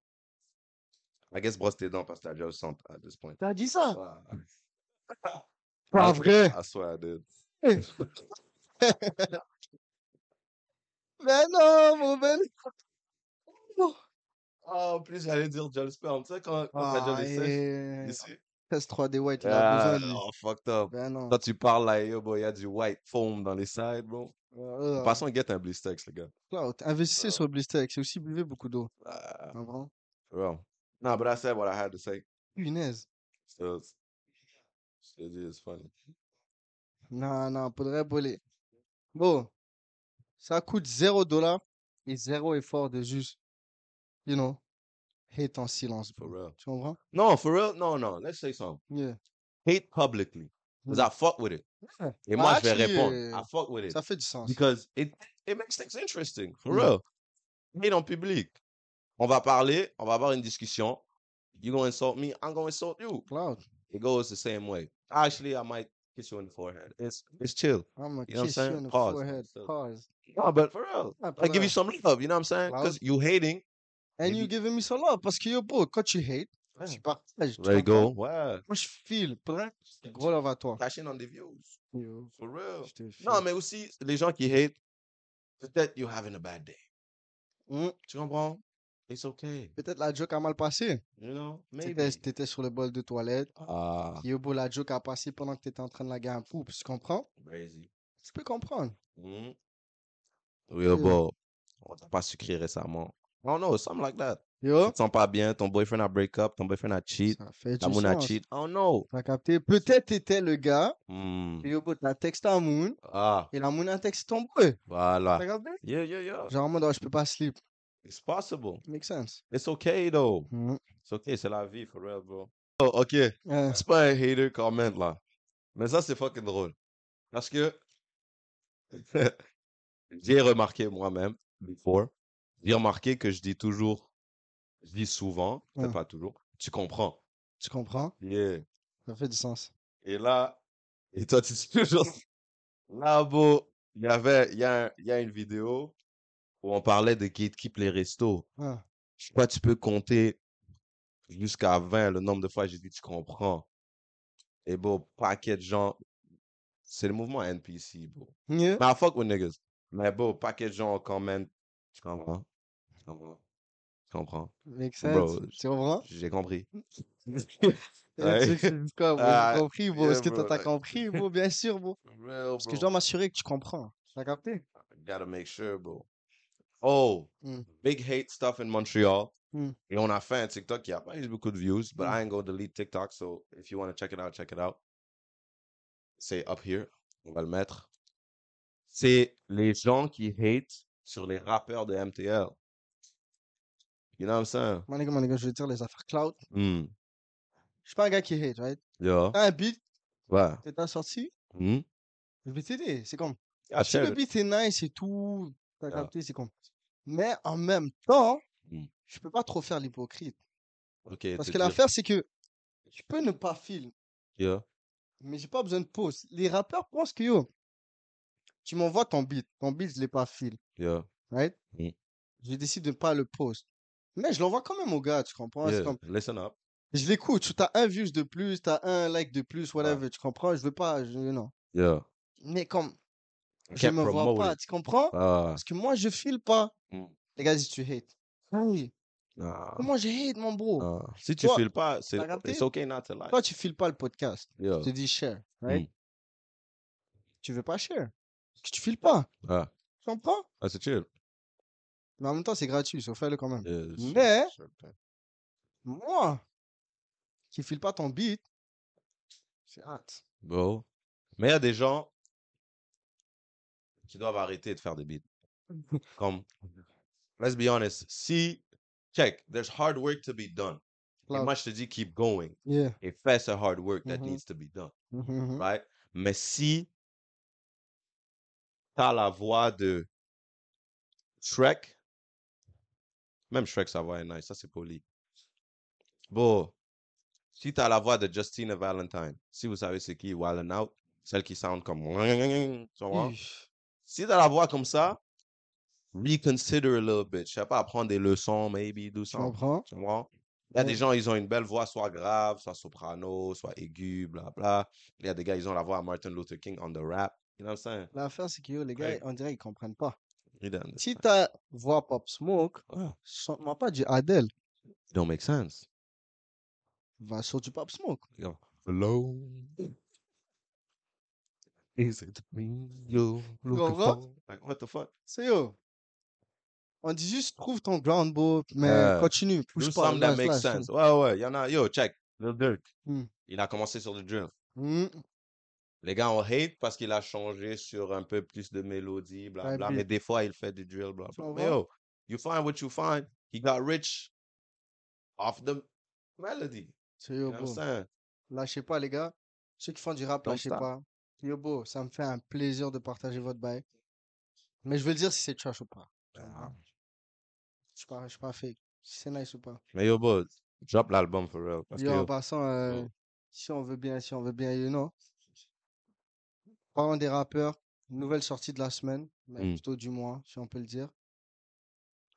I guess brosse tes dents parce que t'as déjà le centre à this point.
T'as dit ça?
Wow.
Ah, Pas
I-
vrai.
I swear, dude.
Mais Ben non, mon bel.
Ah, en plus, j'allais dire gel sperm. Tu sais, quand, quand
Ah,
t'as déjà les sèches
et...
ici.
Test 3D White, il a
Ah,
besoin, lui.
oh, fucked up.
Ben non.
Quand tu parles là, yo, bro, il y a du white foam dans les sides, bro.
Euh,
Passons, get un blistex, les gars.
clout. Investissez
Ah.
sur Blistex et aussi buvez beaucoup d'eau.
Ah,
En vrai.
bro. No, but I said what I had to say.
Punaise.
So it's, it is funny.
Non, non, faudrait voler. Bon, ça coûte 0 dollar et zéro effort de juste, you know, hate en silence,
For
bro.
real.
Tu comprends?
No, for real. No, no. Let's say something.
Yeah.
Hate publicly. Because I fuck with it.
Hmm. Yeah.
Et moi, je vais
Actually, eh,
répondre.
yeah.
I fuck with it.
Ça fait du sens.
Because it, it makes things interesting. For
Mm.
real. Hate en public. On va parler. On va avoir une discussion. You gonna insult me. I'm gonna insult you.
Cloud,
It goes the same way. Actually, I might kiss you on the forehead. It's, it's chill. You
I'm gonna
know what I'm
kiss you
saying?
on the
Pause.
forehead.
So-
Pause.
No, but for real,
Ah,
I give
voilà.
you some love. You know what I'm saying?
Wow.
Because you hating.
And
Maybe-
you giving me some love parce que yo, bro, quand tu hate,
Yeah.
tu partages. tu
There you
comprends?
go. Wow.
Moi, je feel. Pour vrai, gros love à toi.
Cashing on the views.
Yo,
For real.
je te feel.
Non, mais aussi, les gens qui hate, peut-être you're having a bad day.
Hmm,
Tu comprends? It's okay.
Peut-être la joke a mal passé.
You know?
T'étais,
Maybe.
t'étais sur le bol de toilette.
Ah,
Yo, bro, la joke a passé pendant que t'étais en train de la un poupe. Tu comprends?
crazy.
Je peux comprendre.
Mm. Real
Yeah.
bro. oh, On t'a pas sucré récemment. Oh no, something like that. Tu
Yo,
te sens pas bien, ton boyfriend a break up, ton boyfriend a cheat,
ça fait
ta
du
moon a
sens.
cheat. Oh no.
T'as capté? Peut-être t'étais le gars.
Mm.
Yo, bro, t'as texté à Moon.
Ah,
Et la Moon a texté ton boy.
voilà.
T'as capté?
Yeah, yeah, yeah.
Genre, en mode, oh, je peux pas sleep.
It's possible.
Make sense.
It's okay though.
Hmm.
It's okay, c'est la vie, for real, bro. Oh, ok.
Euh,
C'est pas un hater comment là. Mais ça, c'est fucking drôle. Parce que j'ai remarqué moi-même, before, j'ai remarqué que je dis toujours, je dis souvent, peut-être
Ouais.
pas toujours, tu comprends.
tu comprends?
Yeah.
Ça fait du sens.
Et là, et toi, tu dis toujours, là, beau, il y avait, il y a, un- il y a une vidéo où on parlait de gatekeep les restos.
Ah,
Je crois que tu peux compter jusqu'à 20 le nombre de fois que j'ai dit tu comprends. Et bon, paquet de gens. C'est le mouvement NPC, bro.
yeah.
Mais I fuck with niggas. Mais bon, paquet de gens quand même. Tu comprends? Tu comprends? Tu comprends?
Make
Bro,
sense. Tu comprends?
J'ai compris.
Et le
Ouais.
truc, c'est du quoi, bro? J'ai
Ah,
compris, bro. Est-ce
yeah,
que toi,
bro,
t'as
like-
compris, bro? Bien sûr, bro.
Real,
Parce que je dois m'assurer que tu comprends. T'as capté?
Gotta make sure, bro. Oh,
Mm.
big hate stuff in Montreal.
Mm.
Et on a fait un TikTok qui a pas eu beaucoup de views, but
Mm.
I ain't gonna delete TikTok, so if you wanna check it out, check it out. C'est up here. On va le mettre. C'est les gens qui hate sur les rappeurs de MTL. You know what I'm saying?
Mon gars, mon gars, je veux dire les affaires cloud.
Mm.
Je suis pas un gars qui hate, right?
Yeah.
T'as un beat,
Ouais.
t'es t'as sorti,
Mm.
je vais t'aider. C'est comme,
Ah,
si le
shit.
beat est nice et tout, t'as
Yeah.
capté, c'est comme. Mais en même temps,
Mm.
je peux pas trop faire l'hypocrite.
Ok,
Parce
te dire.
que l'affaire, c'est que je peux ne pas feel,
Yeah.
mais j'ai pas besoin de pause. Les rappeurs pensent que yo, tu m'envoies ton beat. Ton beat, je l'ai pas feel.
Yeah.
right?
Mm.
Je décide de ne pas le post. Mais je l'envoie quand même au gars, tu comprends? C'est
yeah.
comme,
Listen up.
je l'écoute, tu as un views de plus, tu as un like de plus, whatever, tu comprends? Je veux pas, je, non.
Yeah.
Mais comme,
I
je
can't
me vois
promote
pas,
it.
tu comprends?
Ah.
Parce que moi, je file pas.
Mm.
Les gars, si tu hate. Ah Oui,
Nah.
comment je hate, mon bro?
Ah, si tu
Toi,
files pas, c'est
t'as capté?
it's okay not to lie.
Toi, tu files pas le podcast.
Yeah.
Je te dis share, right?
Mmh.
Tu veux pas share. Parce que tu files pas.
Ah,
Tu comprends?
ah, c'est chill.
Mais en même temps, c'est gratuit, so fais-le quand même.
Yeah, c'est-
Mais-
c'est certain.
Moi, qui file pas ton beat, j'ai hâte.
Bro. Mais il y a des gens qui doivent arrêter de faire des beats. Comme, let's be honest, si, check, there's hard work to be done. Et
Claude.
moi, je te dis keep going.
Yeah.
Et fais ce hard work that
Mhm.
needs to be done.
Mhm, mhm.
Right? Mais si t'as la voix de Shrek, même Shrek, sa voix est nice, ça c'est poli. Bon, si t'as la voix de Justina Valentine, si vous savez c'est qui, Wild 'N Out, celle qui sound comme. tu comprends?
Ih,
Si t'as la voix comme ça, reconsider a little bit. Je sais pas, prendre des leçons, maybe, do
Tu
something.
comprends?
Tu comprends? Il y a
Ouais.
des gens, ils ont une belle voix, soit grave, soit soprano, soit aiguë, bla bla. Il y a des gars, ils ont la voix à Martin Luther King on the rap. You know what I'm saying?
L'affaire, c'est que yo, les gars,
Ouais.
on dirait qu'ils comprennent pas.
You don't understand.
Si ta voix Pop Smoke,
Oh,
chante-moi pas du Adele,
it don't make sense.
va sur du Pop Smoke.
You go, Hello. Is it me you looking
comprends?
for? Like, what the fuck?
C'est yo. On dit juste trouve ton ground beau, mais
Euh,
continue,
Do
bouge pas.
something that
lâche,
makes
lâche.
sense. Ouais, ouais, il y en a. Yo, check. Lil Durk.
Hmm.
Il a commencé sur le drill.
Hmm,
Les gars ont hate parce qu'il a changé sur un peu plus de mélodie,
Ouais,
blablabla.
puis-
Mais des fois, il fait du drill, blablabla. Mais
comprends?
yo, you find what you find. He got rich off the melody.
C'est
You know
yo,
what I'm
bro.
saying?
Lâchez pas, les gars. Ceux qui font du rap,
Don't
lâchez
stop.
pas. Yo, bro, ça me fait un plaisir de partager votre bail. Mais je veux le dire si c'est trash ou pas.
Ah.
Je suis pas, je suis pas fake. Si c'est nice ou pas.
Mais yo, bro, drop l'album for real. Parce que
Yo, en
yo,
passant, euh,
oh.
si on veut bien, si on veut bien, you know. Parlons des rappeurs. Nouvelle sortie de la semaine, mais
Hmm.
plutôt du mois, si on peut le dire.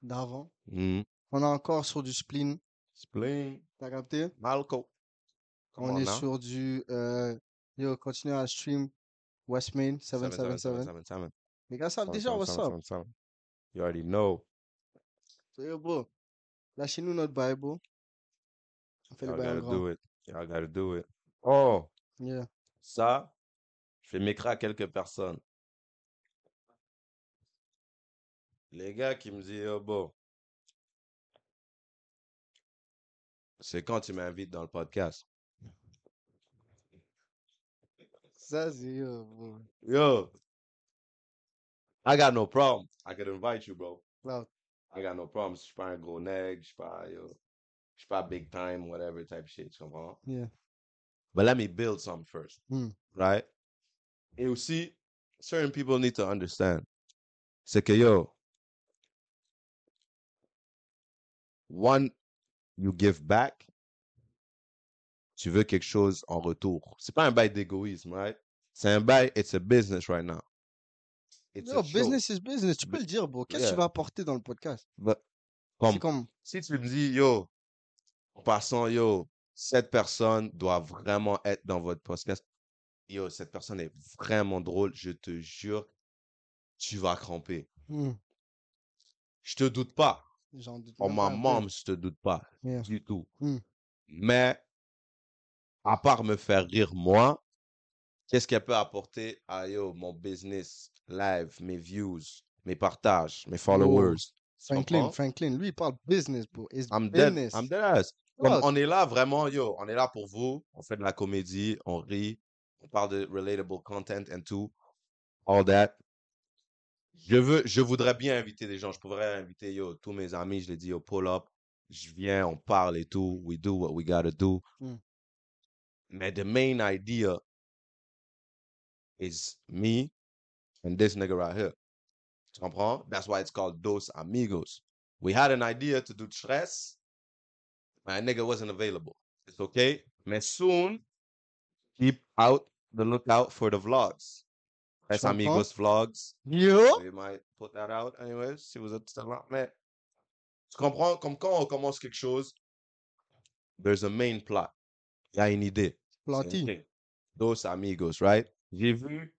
D'avant.
hmm,
On est encore sur du spleen.
Spleen,
T'as capté?
Malco. Come
On
on
est
now.
sur du. Euh, yo, continue à stream Westmain 777.
777.
Les gars savent déjà what's up.
777. You already know.
So, yo, bro, lâchez-nous notre bail, bro. On fait le
Y'all
bail en
gotta
grand.
do it. Y'all gotta do it. Oh,
Yeah.
ça, je fais m'écraser à quelques personnes. Les gars qui me disent, oh, bon, c'est quand tu m'invites dans le podcast.
Ça, c'est yo, bro.
Yo, I got no problem. I could invite you, bro.
Cloud.
I got no problem. Je suis pas un gros nègre, je suis pas, yo, je suis pas big time, whatever type shit, tu comprends?
Yeah.
But let me build some first,
Hmm.
right? Et aussi, certain people need to understand. C'est que, yo, one, you give back. Tu veux quelque chose en retour. C'est pas un bail d'égoïsme, right? C'est un bail, it's a business right now. It's
Yo,
a show.
business is business. Tu peux
Bu-
le dire, bro. Qu'est-ce que
yeah.
tu vas apporter dans le podcast?
But, comme,
C'est comme.
si tu me dis, yo, en passant, yo, cette personne doit vraiment être dans votre podcast. Yo, cette personne est vraiment drôle, je te jure, tu vas cramper.
Hmm.
Je te doute pas.
J'en doute
On
même pas
Oh, ma
un peu.
mom, je te doute pas
Yeah.
du tout.
Hmm.
Mais, à part me faire rire, moi, qu'est-ce qu'elle peut apporter à yo, mon business, live, mes views, mes partages, mes followers? Tu
Franklin,
comprends?
Franklin, lui, il parle business, bro. It's
I'm dead.
business.
I'm dead ass. Comme
Cloud.
on est là vraiment, yo, on est là pour vous. On fait de la comédie, on rit, on parle de relatable content and tout, all that. Je veux, je voudrais bien inviter des gens. Je pourrais inviter yo tous mes amis. Je les dis yo pull up. Je viens, on parle et tout. We do what we gotta do.
Mm.
Mais the main idea is me and this nigga right here. Tu comprends? That's why it's called Dos Amigos. We had an idea to do stress. My nigga wasn't available. It's okay. Mais soon, keep out the lookout for the vlogs. Tres
comprends? Oh!
Amigos vlogs.
Yo!
We might put that out anyways, si vous êtes still là. Mais tu comprends? Comme quand on commence quelque chose, there's a main plot. Il y a une idée. C'est une
Planty.
thing. Dos Amigos, right? J'ai vu.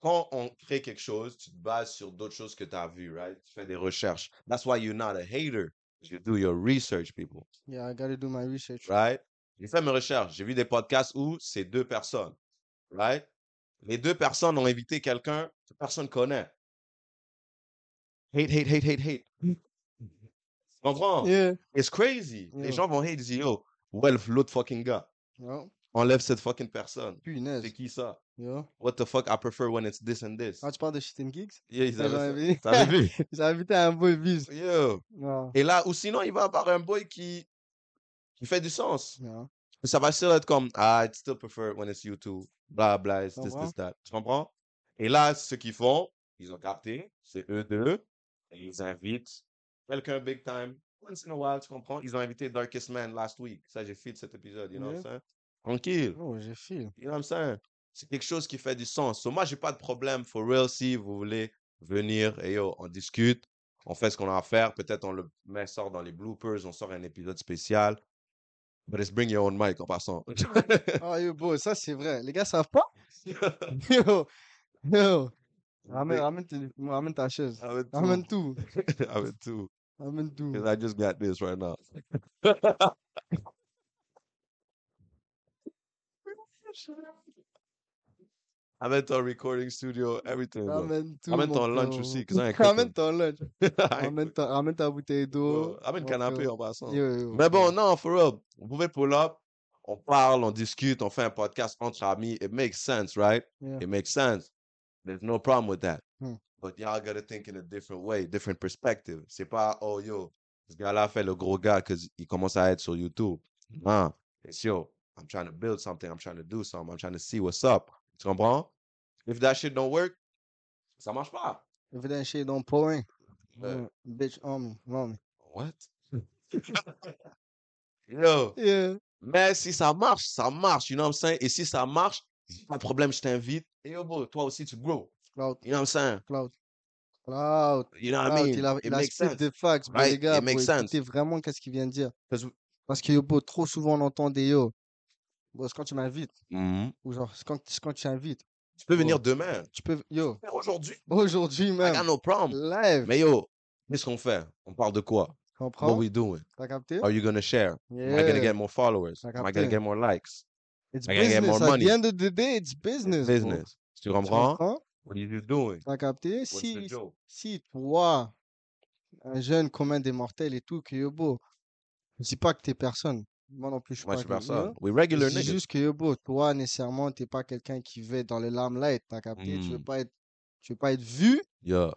Quand on crée quelque chose, tu te bases sur d'autres choses que tu as vues, right? Tu fais des recherches. That's why you're not a hater. You do your research, people.
Yeah, I gotta do my research.
right? J'ai fait mes recherches. J'ai vu des podcasts où c'est deux personnes, right? Les deux personnes ont invité quelqu'un que personne connaît. Hate, hate, hate, hate, hate. Tu comprends?
Yeah.
It's crazy.
Yeah.
Les gens vont hate, ils disent, yo, well, l'autre fucking gars.
Yo.
Enlève cette fucking personne. C'est
Punaise.
qui ça?
Yo.
What the fuck, I prefer when it's this and this.
Quand Ah, tu parles de shit and gigs,
Yeah, ils
j'en
avaient
avais
ça. T'avais vu?
Ils invité un beau bis.
Yo.
Non.
Et là, ou sinon, il va avoir un boy qui, qui fait du sens.
Non.
ça va still être comme ah I still prefer it when it's you too blah blah it's this
Comprends?
this that tu comprends et là ce qu'ils font ils ont capté c'est eux deux et ils invitent quelqu'un big time once in a while tu comprends ils ont invité Darkest Man last week ça j'ai fait cet épisode you know what I'm
Yeah.
saying tranquille
Oh, j'ai feel.
you know what I'm saying c'est quelque chose qui fait du sens so, moi j'ai pas de problème for real si vous voulez venir et yo on discute On fait ce qu'on a à faire. Peut-être on le met, sort dans les bloopers, on sort un épisode spécial. But it's bring your own mic en passant.
Ah, yo, bro, ça, c'est vrai. Les gars savent pas? Yo, yo. Ramène,
Big-
ramène, tes- ramène ta chaise.
Avec
Ramène
tout.
tout.
Avec tout.
Ramène tout.
'Cause I just got this right now. Avec ton recording studio, everything. bro.
Ramène tout.
Ramène
mon
ton lunch
frérot.
aussi, 'cause I ain't cooking.
Ramène ton lunch.
I-
Ramène ta, ramène ta bouteille d'eau.
bro, Ramène
mon
canapé
frérot.
en passant.
Yo, yo,
Mais
frérot.
bon, non, for real. Vous pouvez pull up, on parle, on discute, on fait un podcast entre amis. It makes sense, right?
Yeah.
It makes sense. There's no problem with that.
Hmm.
But y'all gotta think in a different way, different perspective. C'est pas, oh yo, ce gars-là fait le gros gars parce qu'il commence à être sur YouTube. Non, it's yo, I'm trying to build something, I'm trying to do something, I'm trying to see what's up. Tu comprends? If that shit don't work, ça marche pas.
If that shit don't pour in,
Euh,
yeah, Mm. bitch on me, on me.
What?
Hmm.
yo.
Yeah.
Mais si ça marche, ça marche, you know what I'm saying? Et si ça marche, pas de problème, je t'invite. Et yo, bro, toi aussi, tu grow.
Cloud,
You know what I'm saying?
cloud, cloud,
You know what I
cloud.
mean?
Ah, Il a,
Ah, It
il a
makes
split
sense.
the facts, bro, ben, les
Right,
gars,
it
pour
makes
écouter vraiment qu'est-ce qu'il vient de dire.
Parce que-
Parce que, yo, bro, trop souvent, on entend des yo. Bro, c'est quand tu m'invites,
Mhm.
ou genre, c'est quand, c'est quand tu invites.
Tu peux
Bro.
venir demain.
Tu peux, yo,
Mais Aujourd'hui,
aujourd'hui
I
même,
got no problem.
live,
Mais yo, qu'est-ce qu'on fait? On parle de quoi? What
comprends?
we doing?
T'as capté?
Are you gonna share? Am I gonna
Yeah.
get more followers?
T'as
Am I
capté.
gonna get more likes?
It's
I gotta get
business.
more
At
money.
the end of the day, it's business, bro.
Business. Tu
Tu
comprends?
comprends?
What are you doing?
T'as capté?
What's
Si,
the joke?
si toi, un jeune commun des mortels et tout, que Yobo, je dis pas que t'es personne. Moi non plus, je suis
Moi, je
pas
suis
quelqu'un.
personne.
yo.
We
Je
regular
dis
niggas.
juste que Yobo, toi, nécessairement, t'es pas quelqu'un qui va être dans les limelight. T'as capté? Tu veux
Mm.
pas être, tu veux pas être vu.
Yeah.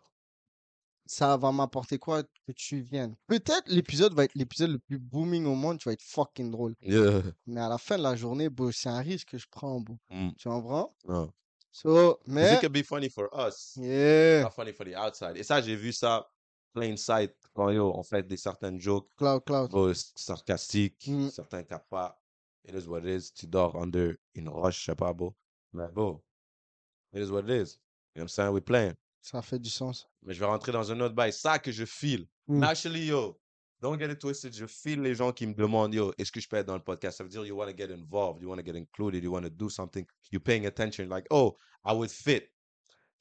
Ça va m'apporter quoi que tu viennes? Peut-être l'épisode va être l'épisode le plus booming au monde. Tu vas être fucking drôle.
Yeah.
Mais à la fin de la journée, bro, c'est un risque que je prends, bro.
Mm.
Tu comprends?
Non.
So,
'Cause
mais,
it could be funny for us.
yeah,
Not funny for the outside. Et ça, j'ai vu ça plain sight quand yo, on fait des certaines jokes
cloud, cloud.
bro, s- sarcastiques,
Mm.
certains capas. It is what it is. Tu dors under une roche, je sais pas, bro. Mais bro, it is what it is. You know what I'm saying? We playing.
Ça fait du sens.
Mais je vais rentrer dans un autre bail. Ça que je feel.
Mm.
Actually, yo, don't get it twisted. Je feel les gens qui me demandent, yo, est-ce que je peux être dans le podcast? Ça veut dire, you want to get involved, you want to get included, you want to do something. You're paying attention. Like, oh, I would fit.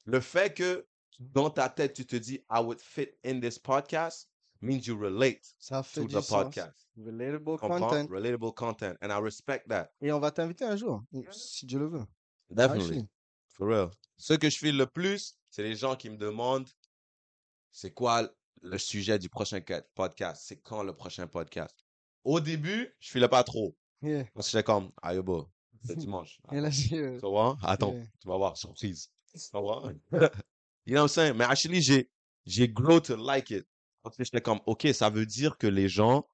Le fait que dans ta tête, tu te dis, I would fit in this podcast means you relate
Ça fait
to
du
the
sens.
podcast.
Relatable
Comprends?
content.
Relatable content. And I respect that.
Et on va t'inviter un jour, si Dieu le veut.
Definitely.
Actually,
For real. Ce que je file le plus, c'est les gens qui me demandent c'est quoi le sujet du prochain ca- podcast, c'est quand le prochain podcast. Au début, je filais pas trop.
yeah.
Parce que j'étais comme, ah yo, bro, c'est dimanche.
Et là,
Attends,
j'ai, euh,
tu vas voir, attends,
yeah.
tu vas voir, surprise. Tu vas voir. you know what I'm saying? Mais actually, j'ai, j'ai grow to like it. Parce que j'étais comme, ok, ça veut dire que les gens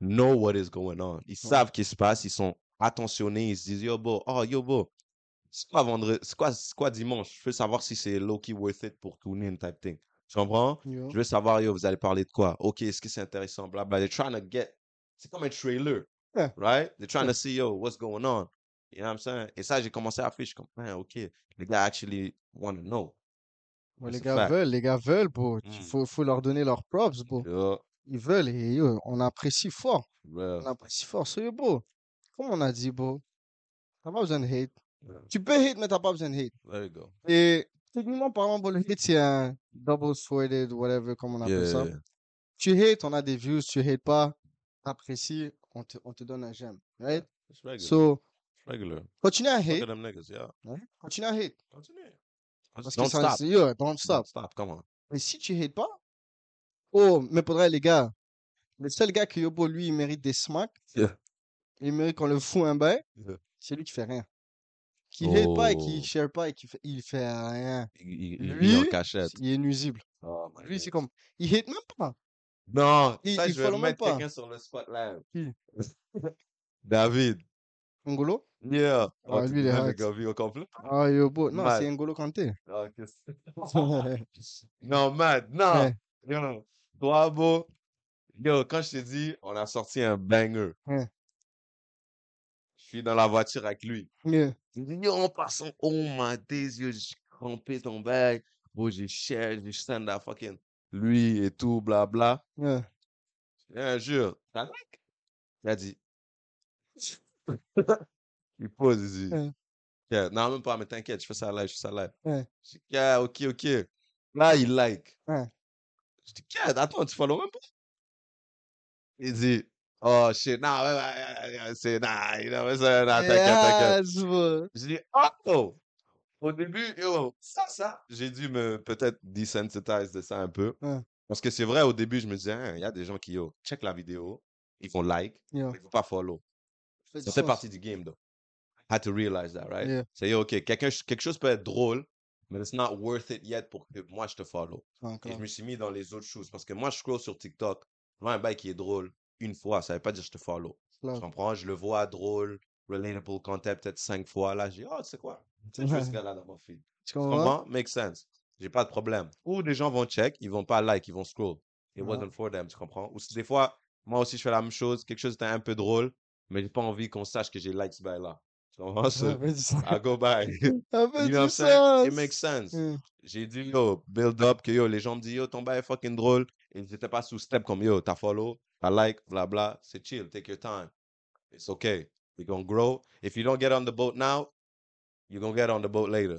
know what is going on. Ils savent qui se passe, ils sont attentionnés, ils se disent, yo, bro, oh, yo, bro. C'est quoi vendredi, c'est quoi, c'est quoi dimanche? Je veux savoir si c'est low-key worth it pour tourner une type thing. Tu comprends?
Yo.
Je veux savoir, yo, vous allez parler de quoi? Ok, est-ce que c'est intéressant? Bla, bla. They're trying to get. C'est comme un trailer.
Ouais.
Right? They're trying
Ouais.
to see, yo, what's going on? You know what I'm saying? Et ça, j'ai commencé à fiche comme, man, ok, les gars actually want to know.
Bon,
Mais
les
c'est
gars
fact.
veulent, les gars veulent, bro. Il
Mm.
faut, faut leur donner leurs props, bro.
Yo,
Ils veulent et yo, on apprécie fort.
bro.
On apprécie fort. Soyez beau. Comme on a dit, bro, t'as pas besoin de hate.
Ouais.
Tu peux hate, mais t'as pas besoin de hate.
There you go.
Et techniquement parlant, bro, le hate, c'est un double-sided, whatever, comme on appelle ça.
Yeah.
Tu hates, on a des views. Tu hates pas, t'apprécies, on te, on te donne un j'aime. Right?
It's regular.
So,
It's regular.
continue à
Look
hate.
at them niggas, yeah.
Ouais. Continue à hate.
Continue.
Parce que
Don't
ça,
stop.
c'est, yo, don't stop.
Don't stop, come on.
Mais si tu hates pas, oh, mais pour de vrai, les gars, le seul gars que Yobo, lui, il mérite des smacks,
Yeah.
il mérite qu'on le fout un bail,
Yeah.
c'est lui qui fait rien. Qui hate pas et qui
Oh.
share pas et qui fait, il fait rien.
Il, il- il vit en
Lui,
cachette.
Il est nuisible.
Oh my
Lui, c'est
days.
comme, il hate même pas.
Non,
Il-
ça,
il
je vais
follow même
mettre
pas.
quelqu'un sur le spotlight.
Qui?
David.
Ngolo?
Yeah. Oh,
Ah,
tu
lui, il est
devrais le
hot.
gars vivre au complet.
Ah, Yobo. Non,
Mal.
c'est Ngolo Kanté.
Ah, qu'est-ce- non, man, non.
Ouais.
Yo, non. Toi, beau. Yo, quand je t'ai dit, on a sorti un banger.
Ouais.
Je suis dans la voiture avec lui.
Yeah.
Il dit, yo, on passe en oh my days, yo, j'ai crampé ton bag. Bro, j'ai share, j'ai send that fucking lui et tout, blabla.
Ouais.
Et un jour, tac, il a dit. il pose, il dit.
Ouais.
Yeah, non, même pas, mais t'inquiète, je fais ça live, je fais ça live.
Ouais.
Je dis, yeah, ok, ok. Là, il like.
Ouais.
Je dis, yeah, attends, tu follow même pas? Il dit, oh shit, nah, ouais, ouais, ouais, ouais, c'est nah, you know, c'est nah, t'inquiète, t'inquiète.
Ah, je vois.
J'ai dit, oh, oh. Au début, yo, ça, ça. J'ai dû me peut-être desensitize de ça un peu.
Ouais.
Parce que c'est vrai, au début, je me disais, Hein, il y a des gens qui, yo, check la vidéo, ils font like,
Yeah.
mais ils ne font pas follow.
fait
Ça
du
fait
sens.
partie du game, though. Had to realize that, right?
Yeah.
C'est, yo, OK, quelqu'un, quelque chose peut être drôle, mais it's not worth it yet pour que moi, je te follow.
Ah,
Et je
clair.
me suis mis dans les autres choses. Parce que moi, je scroll sur TikTok, je vois un bail qui est drôle une fois, ça ne veut pas dire je te follow.
Clair.
Je comprends, je le vois drôle, relatable content peut-être cinq fois. Là, je dis, oh, c'est quoi? C'est juste ce
Ouais.
gars-là dans mon feed.
Tu
Tu
comprends?
comprends? Make sense. J'ai pas de problème. Ou des gens vont check, ils vont pas like, ils vont scroll. It
Ouais.
wasn't for them, tu comprends? Ou si des fois, moi aussi, je fais la même chose, quelque chose était un peu drôle, mais j'ai pas envie qu'on sache que j'ai like ce bail-là. Tu comprends? So,
Ça fait du sens.
I go by. You
Ça
know
fait
what
du
I'm saying?
sens. Hmm.
It makes sense.
Ouais.
J'ai dit, yo, build up, que yo, les gens me disent, yo, ton bail est fucking drôle. Et j'étais pas sous step comme, yo, t'as follow, t'as like, bla bla. C'est chill, take your time. It's okay. We're gonna grow. If you don't get on the boat now, you're gonna get on the boat later.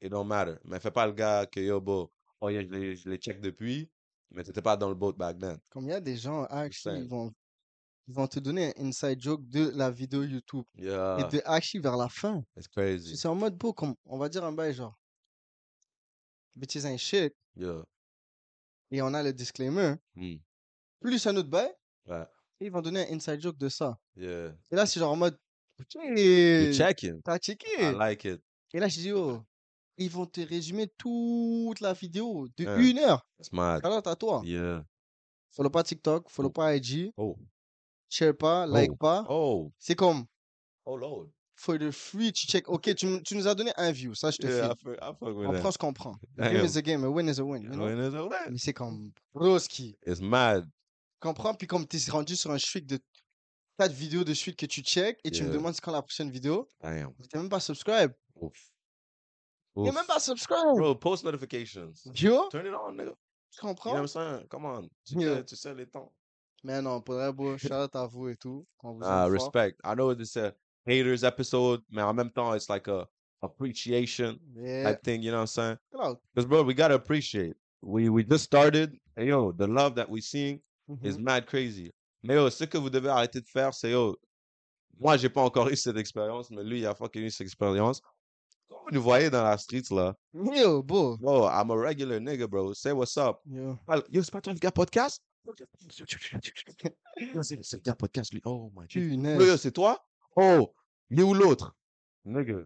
It don't matter. Mais fais pas le gars que yo, bo, oh yeah, je les, je les check depuis, mais t'étais pas dans le boat back then.
Comme il y a des gens, actually,
Insane.
ils vont, ils vont te donner un inside joke de la vidéo YouTube. Et
Yeah,
de actually vers la fin.
it's crazy.
C'est en mode beau, comme on va dire un bail genre. Bitches ain't shit.
Yeah.
Et on a le disclaimer.
Mm.
Plus un autre bail.
Ouais.
Et ils vont donner un inside joke de ça.
Yeah.
Et là, c'est genre en mode.
You're
Hey,
checking.
T'as checké.
I like it.
Et là, je dis, oh, ils vont te résumer toute la vidéo de
Hein.
une heure.
It's mad.
Alors, à toi.
Yeah.
Follow pas TikTok, follow
Oh.
pas IG,
Oh.
share pas, like
Oh.
pas.
Oh.
C'est comme,
Oh, Lord.
for the free, tu check. Ok, tu, m- tu nous as donné un view, ça, je te
Yeah, I
file.
fuck, I fuck with
On
that.
prend ce qu'on prend. A game
Damn.
is a game, a win is a win. you know?
When is it wet?
Mais c'est comme, broski.
It's mad.
Comprends, puis comme t'es rendu sur un streak de tas de vidéos de suite que tu check et tu me
Yeah.
demandes c'est quand la prochaine vidéo,
Damn.
mais t'es même pas subscribe.
Oof.
T'es
Oof.
même pas subscribe.
Bro, post notifications.
Yo,
Turn it on, nigga.
tu
You know what
comprends?
I'm saying? Come on. Tu
Yeah.
sais, tu sais les temps.
Mais non, pour vrai, bro, shout out à vous et tout. On vous
Ah,
aime fort.
respect. I know it's a haters episode, mais en même temps, it's like a appreciation
Yeah,
type thing, you know what I'm saying?
chill out.
Because, bro, we gotta appreciate. We we just started, and yo, the love that we seeing is
Mhm.
mad crazy. Mais yo, ce que vous devez arrêter de faire, c'est yo, moi, j'ai pas encore eu cette expérience, mais lui, il a fucking eu cette expérience. Quand vous nous voyez dans la street, là,
Mhm. Yo, bro.
bro, I'm a regular nigga, bro. Say what's up.
Yo.
Ah, Yo, c'est pas toi le gars podcast? Yo, c'est c'est le gars podcast, lui. Oh my god. Yo, yo,
Punaise.
c'est toi? Oh, il est où l'autre? Nigga.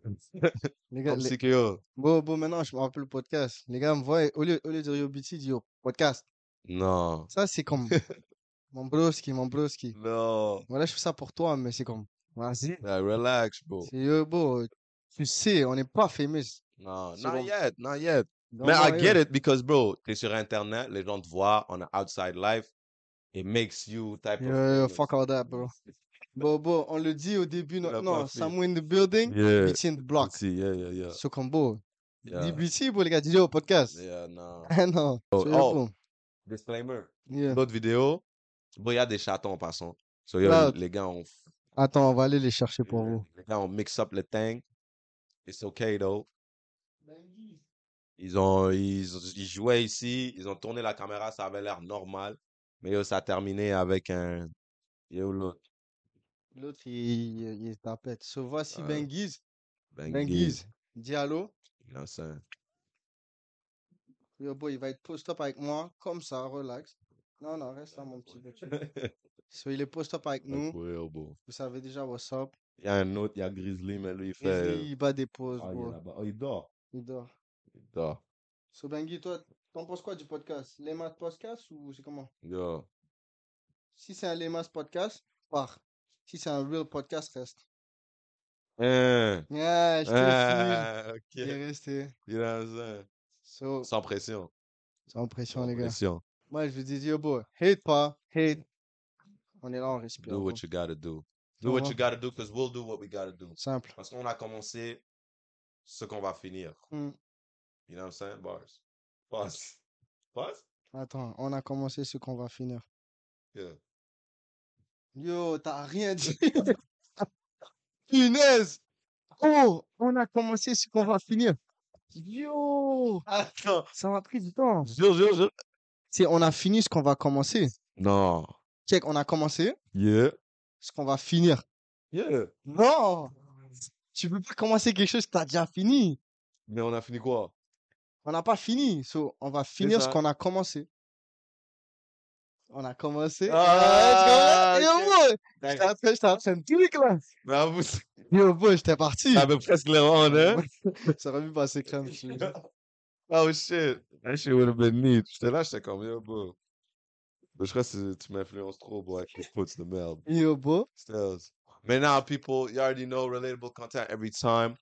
Les gars,
Comme
les...
si que yo.
Bon, bon, maintenant, je me rappelle le podcast. Les gars me voient, au lieu, au lieu de dire Yo BT, ils disent Yo, podcast.
Non.
Ça, c'est comme mon broski, mon broski.
Non.
Voilà, je fais ça pour toi, mais c'est comme. Vas-y.
Nah, relax, bro.
C'est Yo, bro. Tu sais, on n'est pas famous.
Non,
C'est
not
bon.
yet, not yet.
Don't
Mais I
worry.
get it because, bro, t'es sur Internet, les gens te voient on an outside life. It makes you type of
Yo, yo,
famous.
euh, fuck all that, bro. Bon, bon, on le dit au début,
Il
non,
a
non
pas fait.
Samu in the building,
Yeah.
BT in the block.
See, yeah, yeah, yeah.
So, combo.
Yeah.
Dis BT, pour les gars, dis Yo, podcast.
Yeah, no.
Ah non,
Oh,
tu es
oh.
bon.
Disclaimer.
Yeah.
L'autre vidéo, bon, il y a des chatons en passant. So, yo,
Cloud.
les gars, on, f-
Attends, on va aller les chercher pour vous.
les gars, on mix up le thing. It's okay, though. Ils ont, ils, ont- ils jouaient ici, ils ont tourné la caméra, ça avait l'air normal. Mais yo, ça a terminé avec un, yo, l'autre,
L'autre, il, il, il tapette. So, voici
Ouais.
Benguiz.
Benguise.
Benguiz.
Ben,
Diallo.
You know what I'm saying?
Yo, boy, il va être post-up avec moi. Comme ça, relax. Non, non, reste
Ah,
là, mon petit bébé. So, il est post-up avec
Pas
nous.
pour real, bah, oh, bro.
Vous savez déjà what's up.
Il y a un autre, il y a Grizzly, mais lui, il
Grizzly,
fait.
il bat des pauses,
euh, Ah, il est
bro.
là-bas. Oh, il dort.
Il dort.
Il dort.
So, Benguiz, toi, t'en penses quoi du podcast? Lemas podcast ou c'est comment?
Yo.
Si c'est un Lemas podcast, part. Si c'est un real podcast, reste.
Hein.
Yeah, je te file.
Ah, ok.
Il est resté.
You know what I'm saying?
So,
Sans pression.
sans pression,
Sans
les gars.
pression.
Moi, je vous dis, yo, boy, hate pas, hate. On est là, on respire.
Do
bro.
what you gotta do.
Ça
Do what
va.
you gotta do, because we'll do what we gotta do.
Simple.
Parce qu'on a commencé ce qu'on va finir.
Mm.
You know what I'm saying? Bars. Bars. Bars?
Attends, on a commencé ce qu'on va finir.
Yeah.
Yo, t'as rien dit. Punaise. Oh, on a commencé ce qu'on va finir. Yo,
Attends.
ça m'a pris du temps.
Jure, jure, jure.
C'est on a fini ce qu'on va commencer.
Non.
Check, on a commencé
Yeah.
ce qu'on va finir.
Yeah.
Non, tu peux pas commencer quelque chose que t'as déjà fini.
Mais on a fini quoi?
On n'a pas fini. So, on va finir ce
ça.
qu'on a commencé. On a commencé.
Ah,
Ouais, tu comprends? Yo, boy, j'étais en train- j'étais en train de cliquer, là.
Mais vous, ça
Yo, boy, j'étais parti.
avait presque les rendre, hein?
Ça aurait pu passer crème. je te jure.
Oh shit. That shit would have been neat. J'étais là, j'étais comme, yo, bro. Mais je crois que tu m'influences trop, boy, avec tes foots de merde.
Yo, boy.
Stills. But now, people, you already know relatable content every time.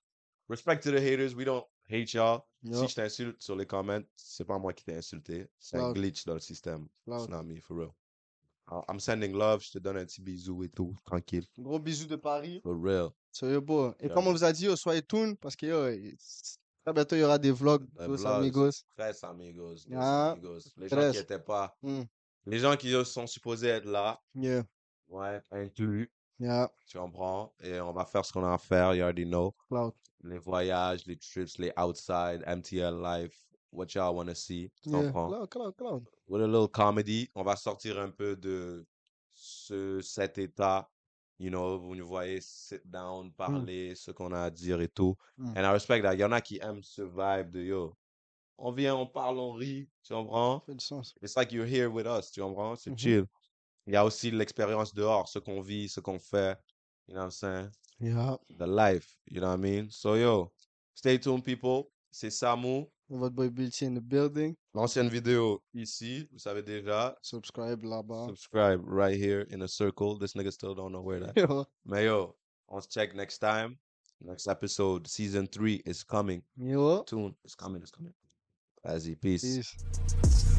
Respect to the haters. We don't hate y'all.
Yo,
Si je t'insulte sur les comments, c'est pas moi qui t'ai insulté. C'est un
Loud.
glitch dans le système.
Loud.
It's not me, for real. I- I'm sending love. Je te donne un petit bisou et tout. Tranquille.
Gros bisous de Paris.
For real.
So, yo, boy. Et
Yeah,
comme on
boy.
vous a dit, yo, soyez tune parce que yo, it's- très bientôt, il y aura des vlogs.
Des
Dos
vlogs.
amigos.
Tres amigos. dos
Ah,
amigos. Les gens
tres.
qui étaient pas.
Mm.
Les gens qui euh, sont supposés être là.
Yeah,
Ouais, inclus.
yeah,
Tu comprends? Et on va faire ce qu'on a à faire. You already know.
cloud.
les voyages, les trips, les outside, MTL life, what y'all want to see. tu
Yeah,
comprends?
cloud, cloud, cloud.
With a little comedy, on va sortir un peu de ce, cet état. You know, vous nous voyez sit down, parler, ce qu'on a à dire et tout.
Mm.
And I respect that. Il y en a qui aiment ce vibe de yo. On vient, on parle, on rit, tu comprends?
Ça fait du sens.
It's like you're here with us, tu comprends? C'est
Mhm.
chill. Il y a aussi l'expérience dehors, ce qu'on vit, ce qu'on fait. You know what I'm saying?
Yeah.
the life. You know what I mean? So yo, stay tuned people. C'est Samu.
Votre boy Bilty in the building.
L'ancienne vidéo ici, vous savez déjà.
Subscribe là-bas.
Subscribe right here in a circle. This nigga still don't know where that.
Yo,
Mais yo, on se check next time. Next episode, season three is coming.
yo.
Tune, it's coming, it's coming. As peace.
Peace.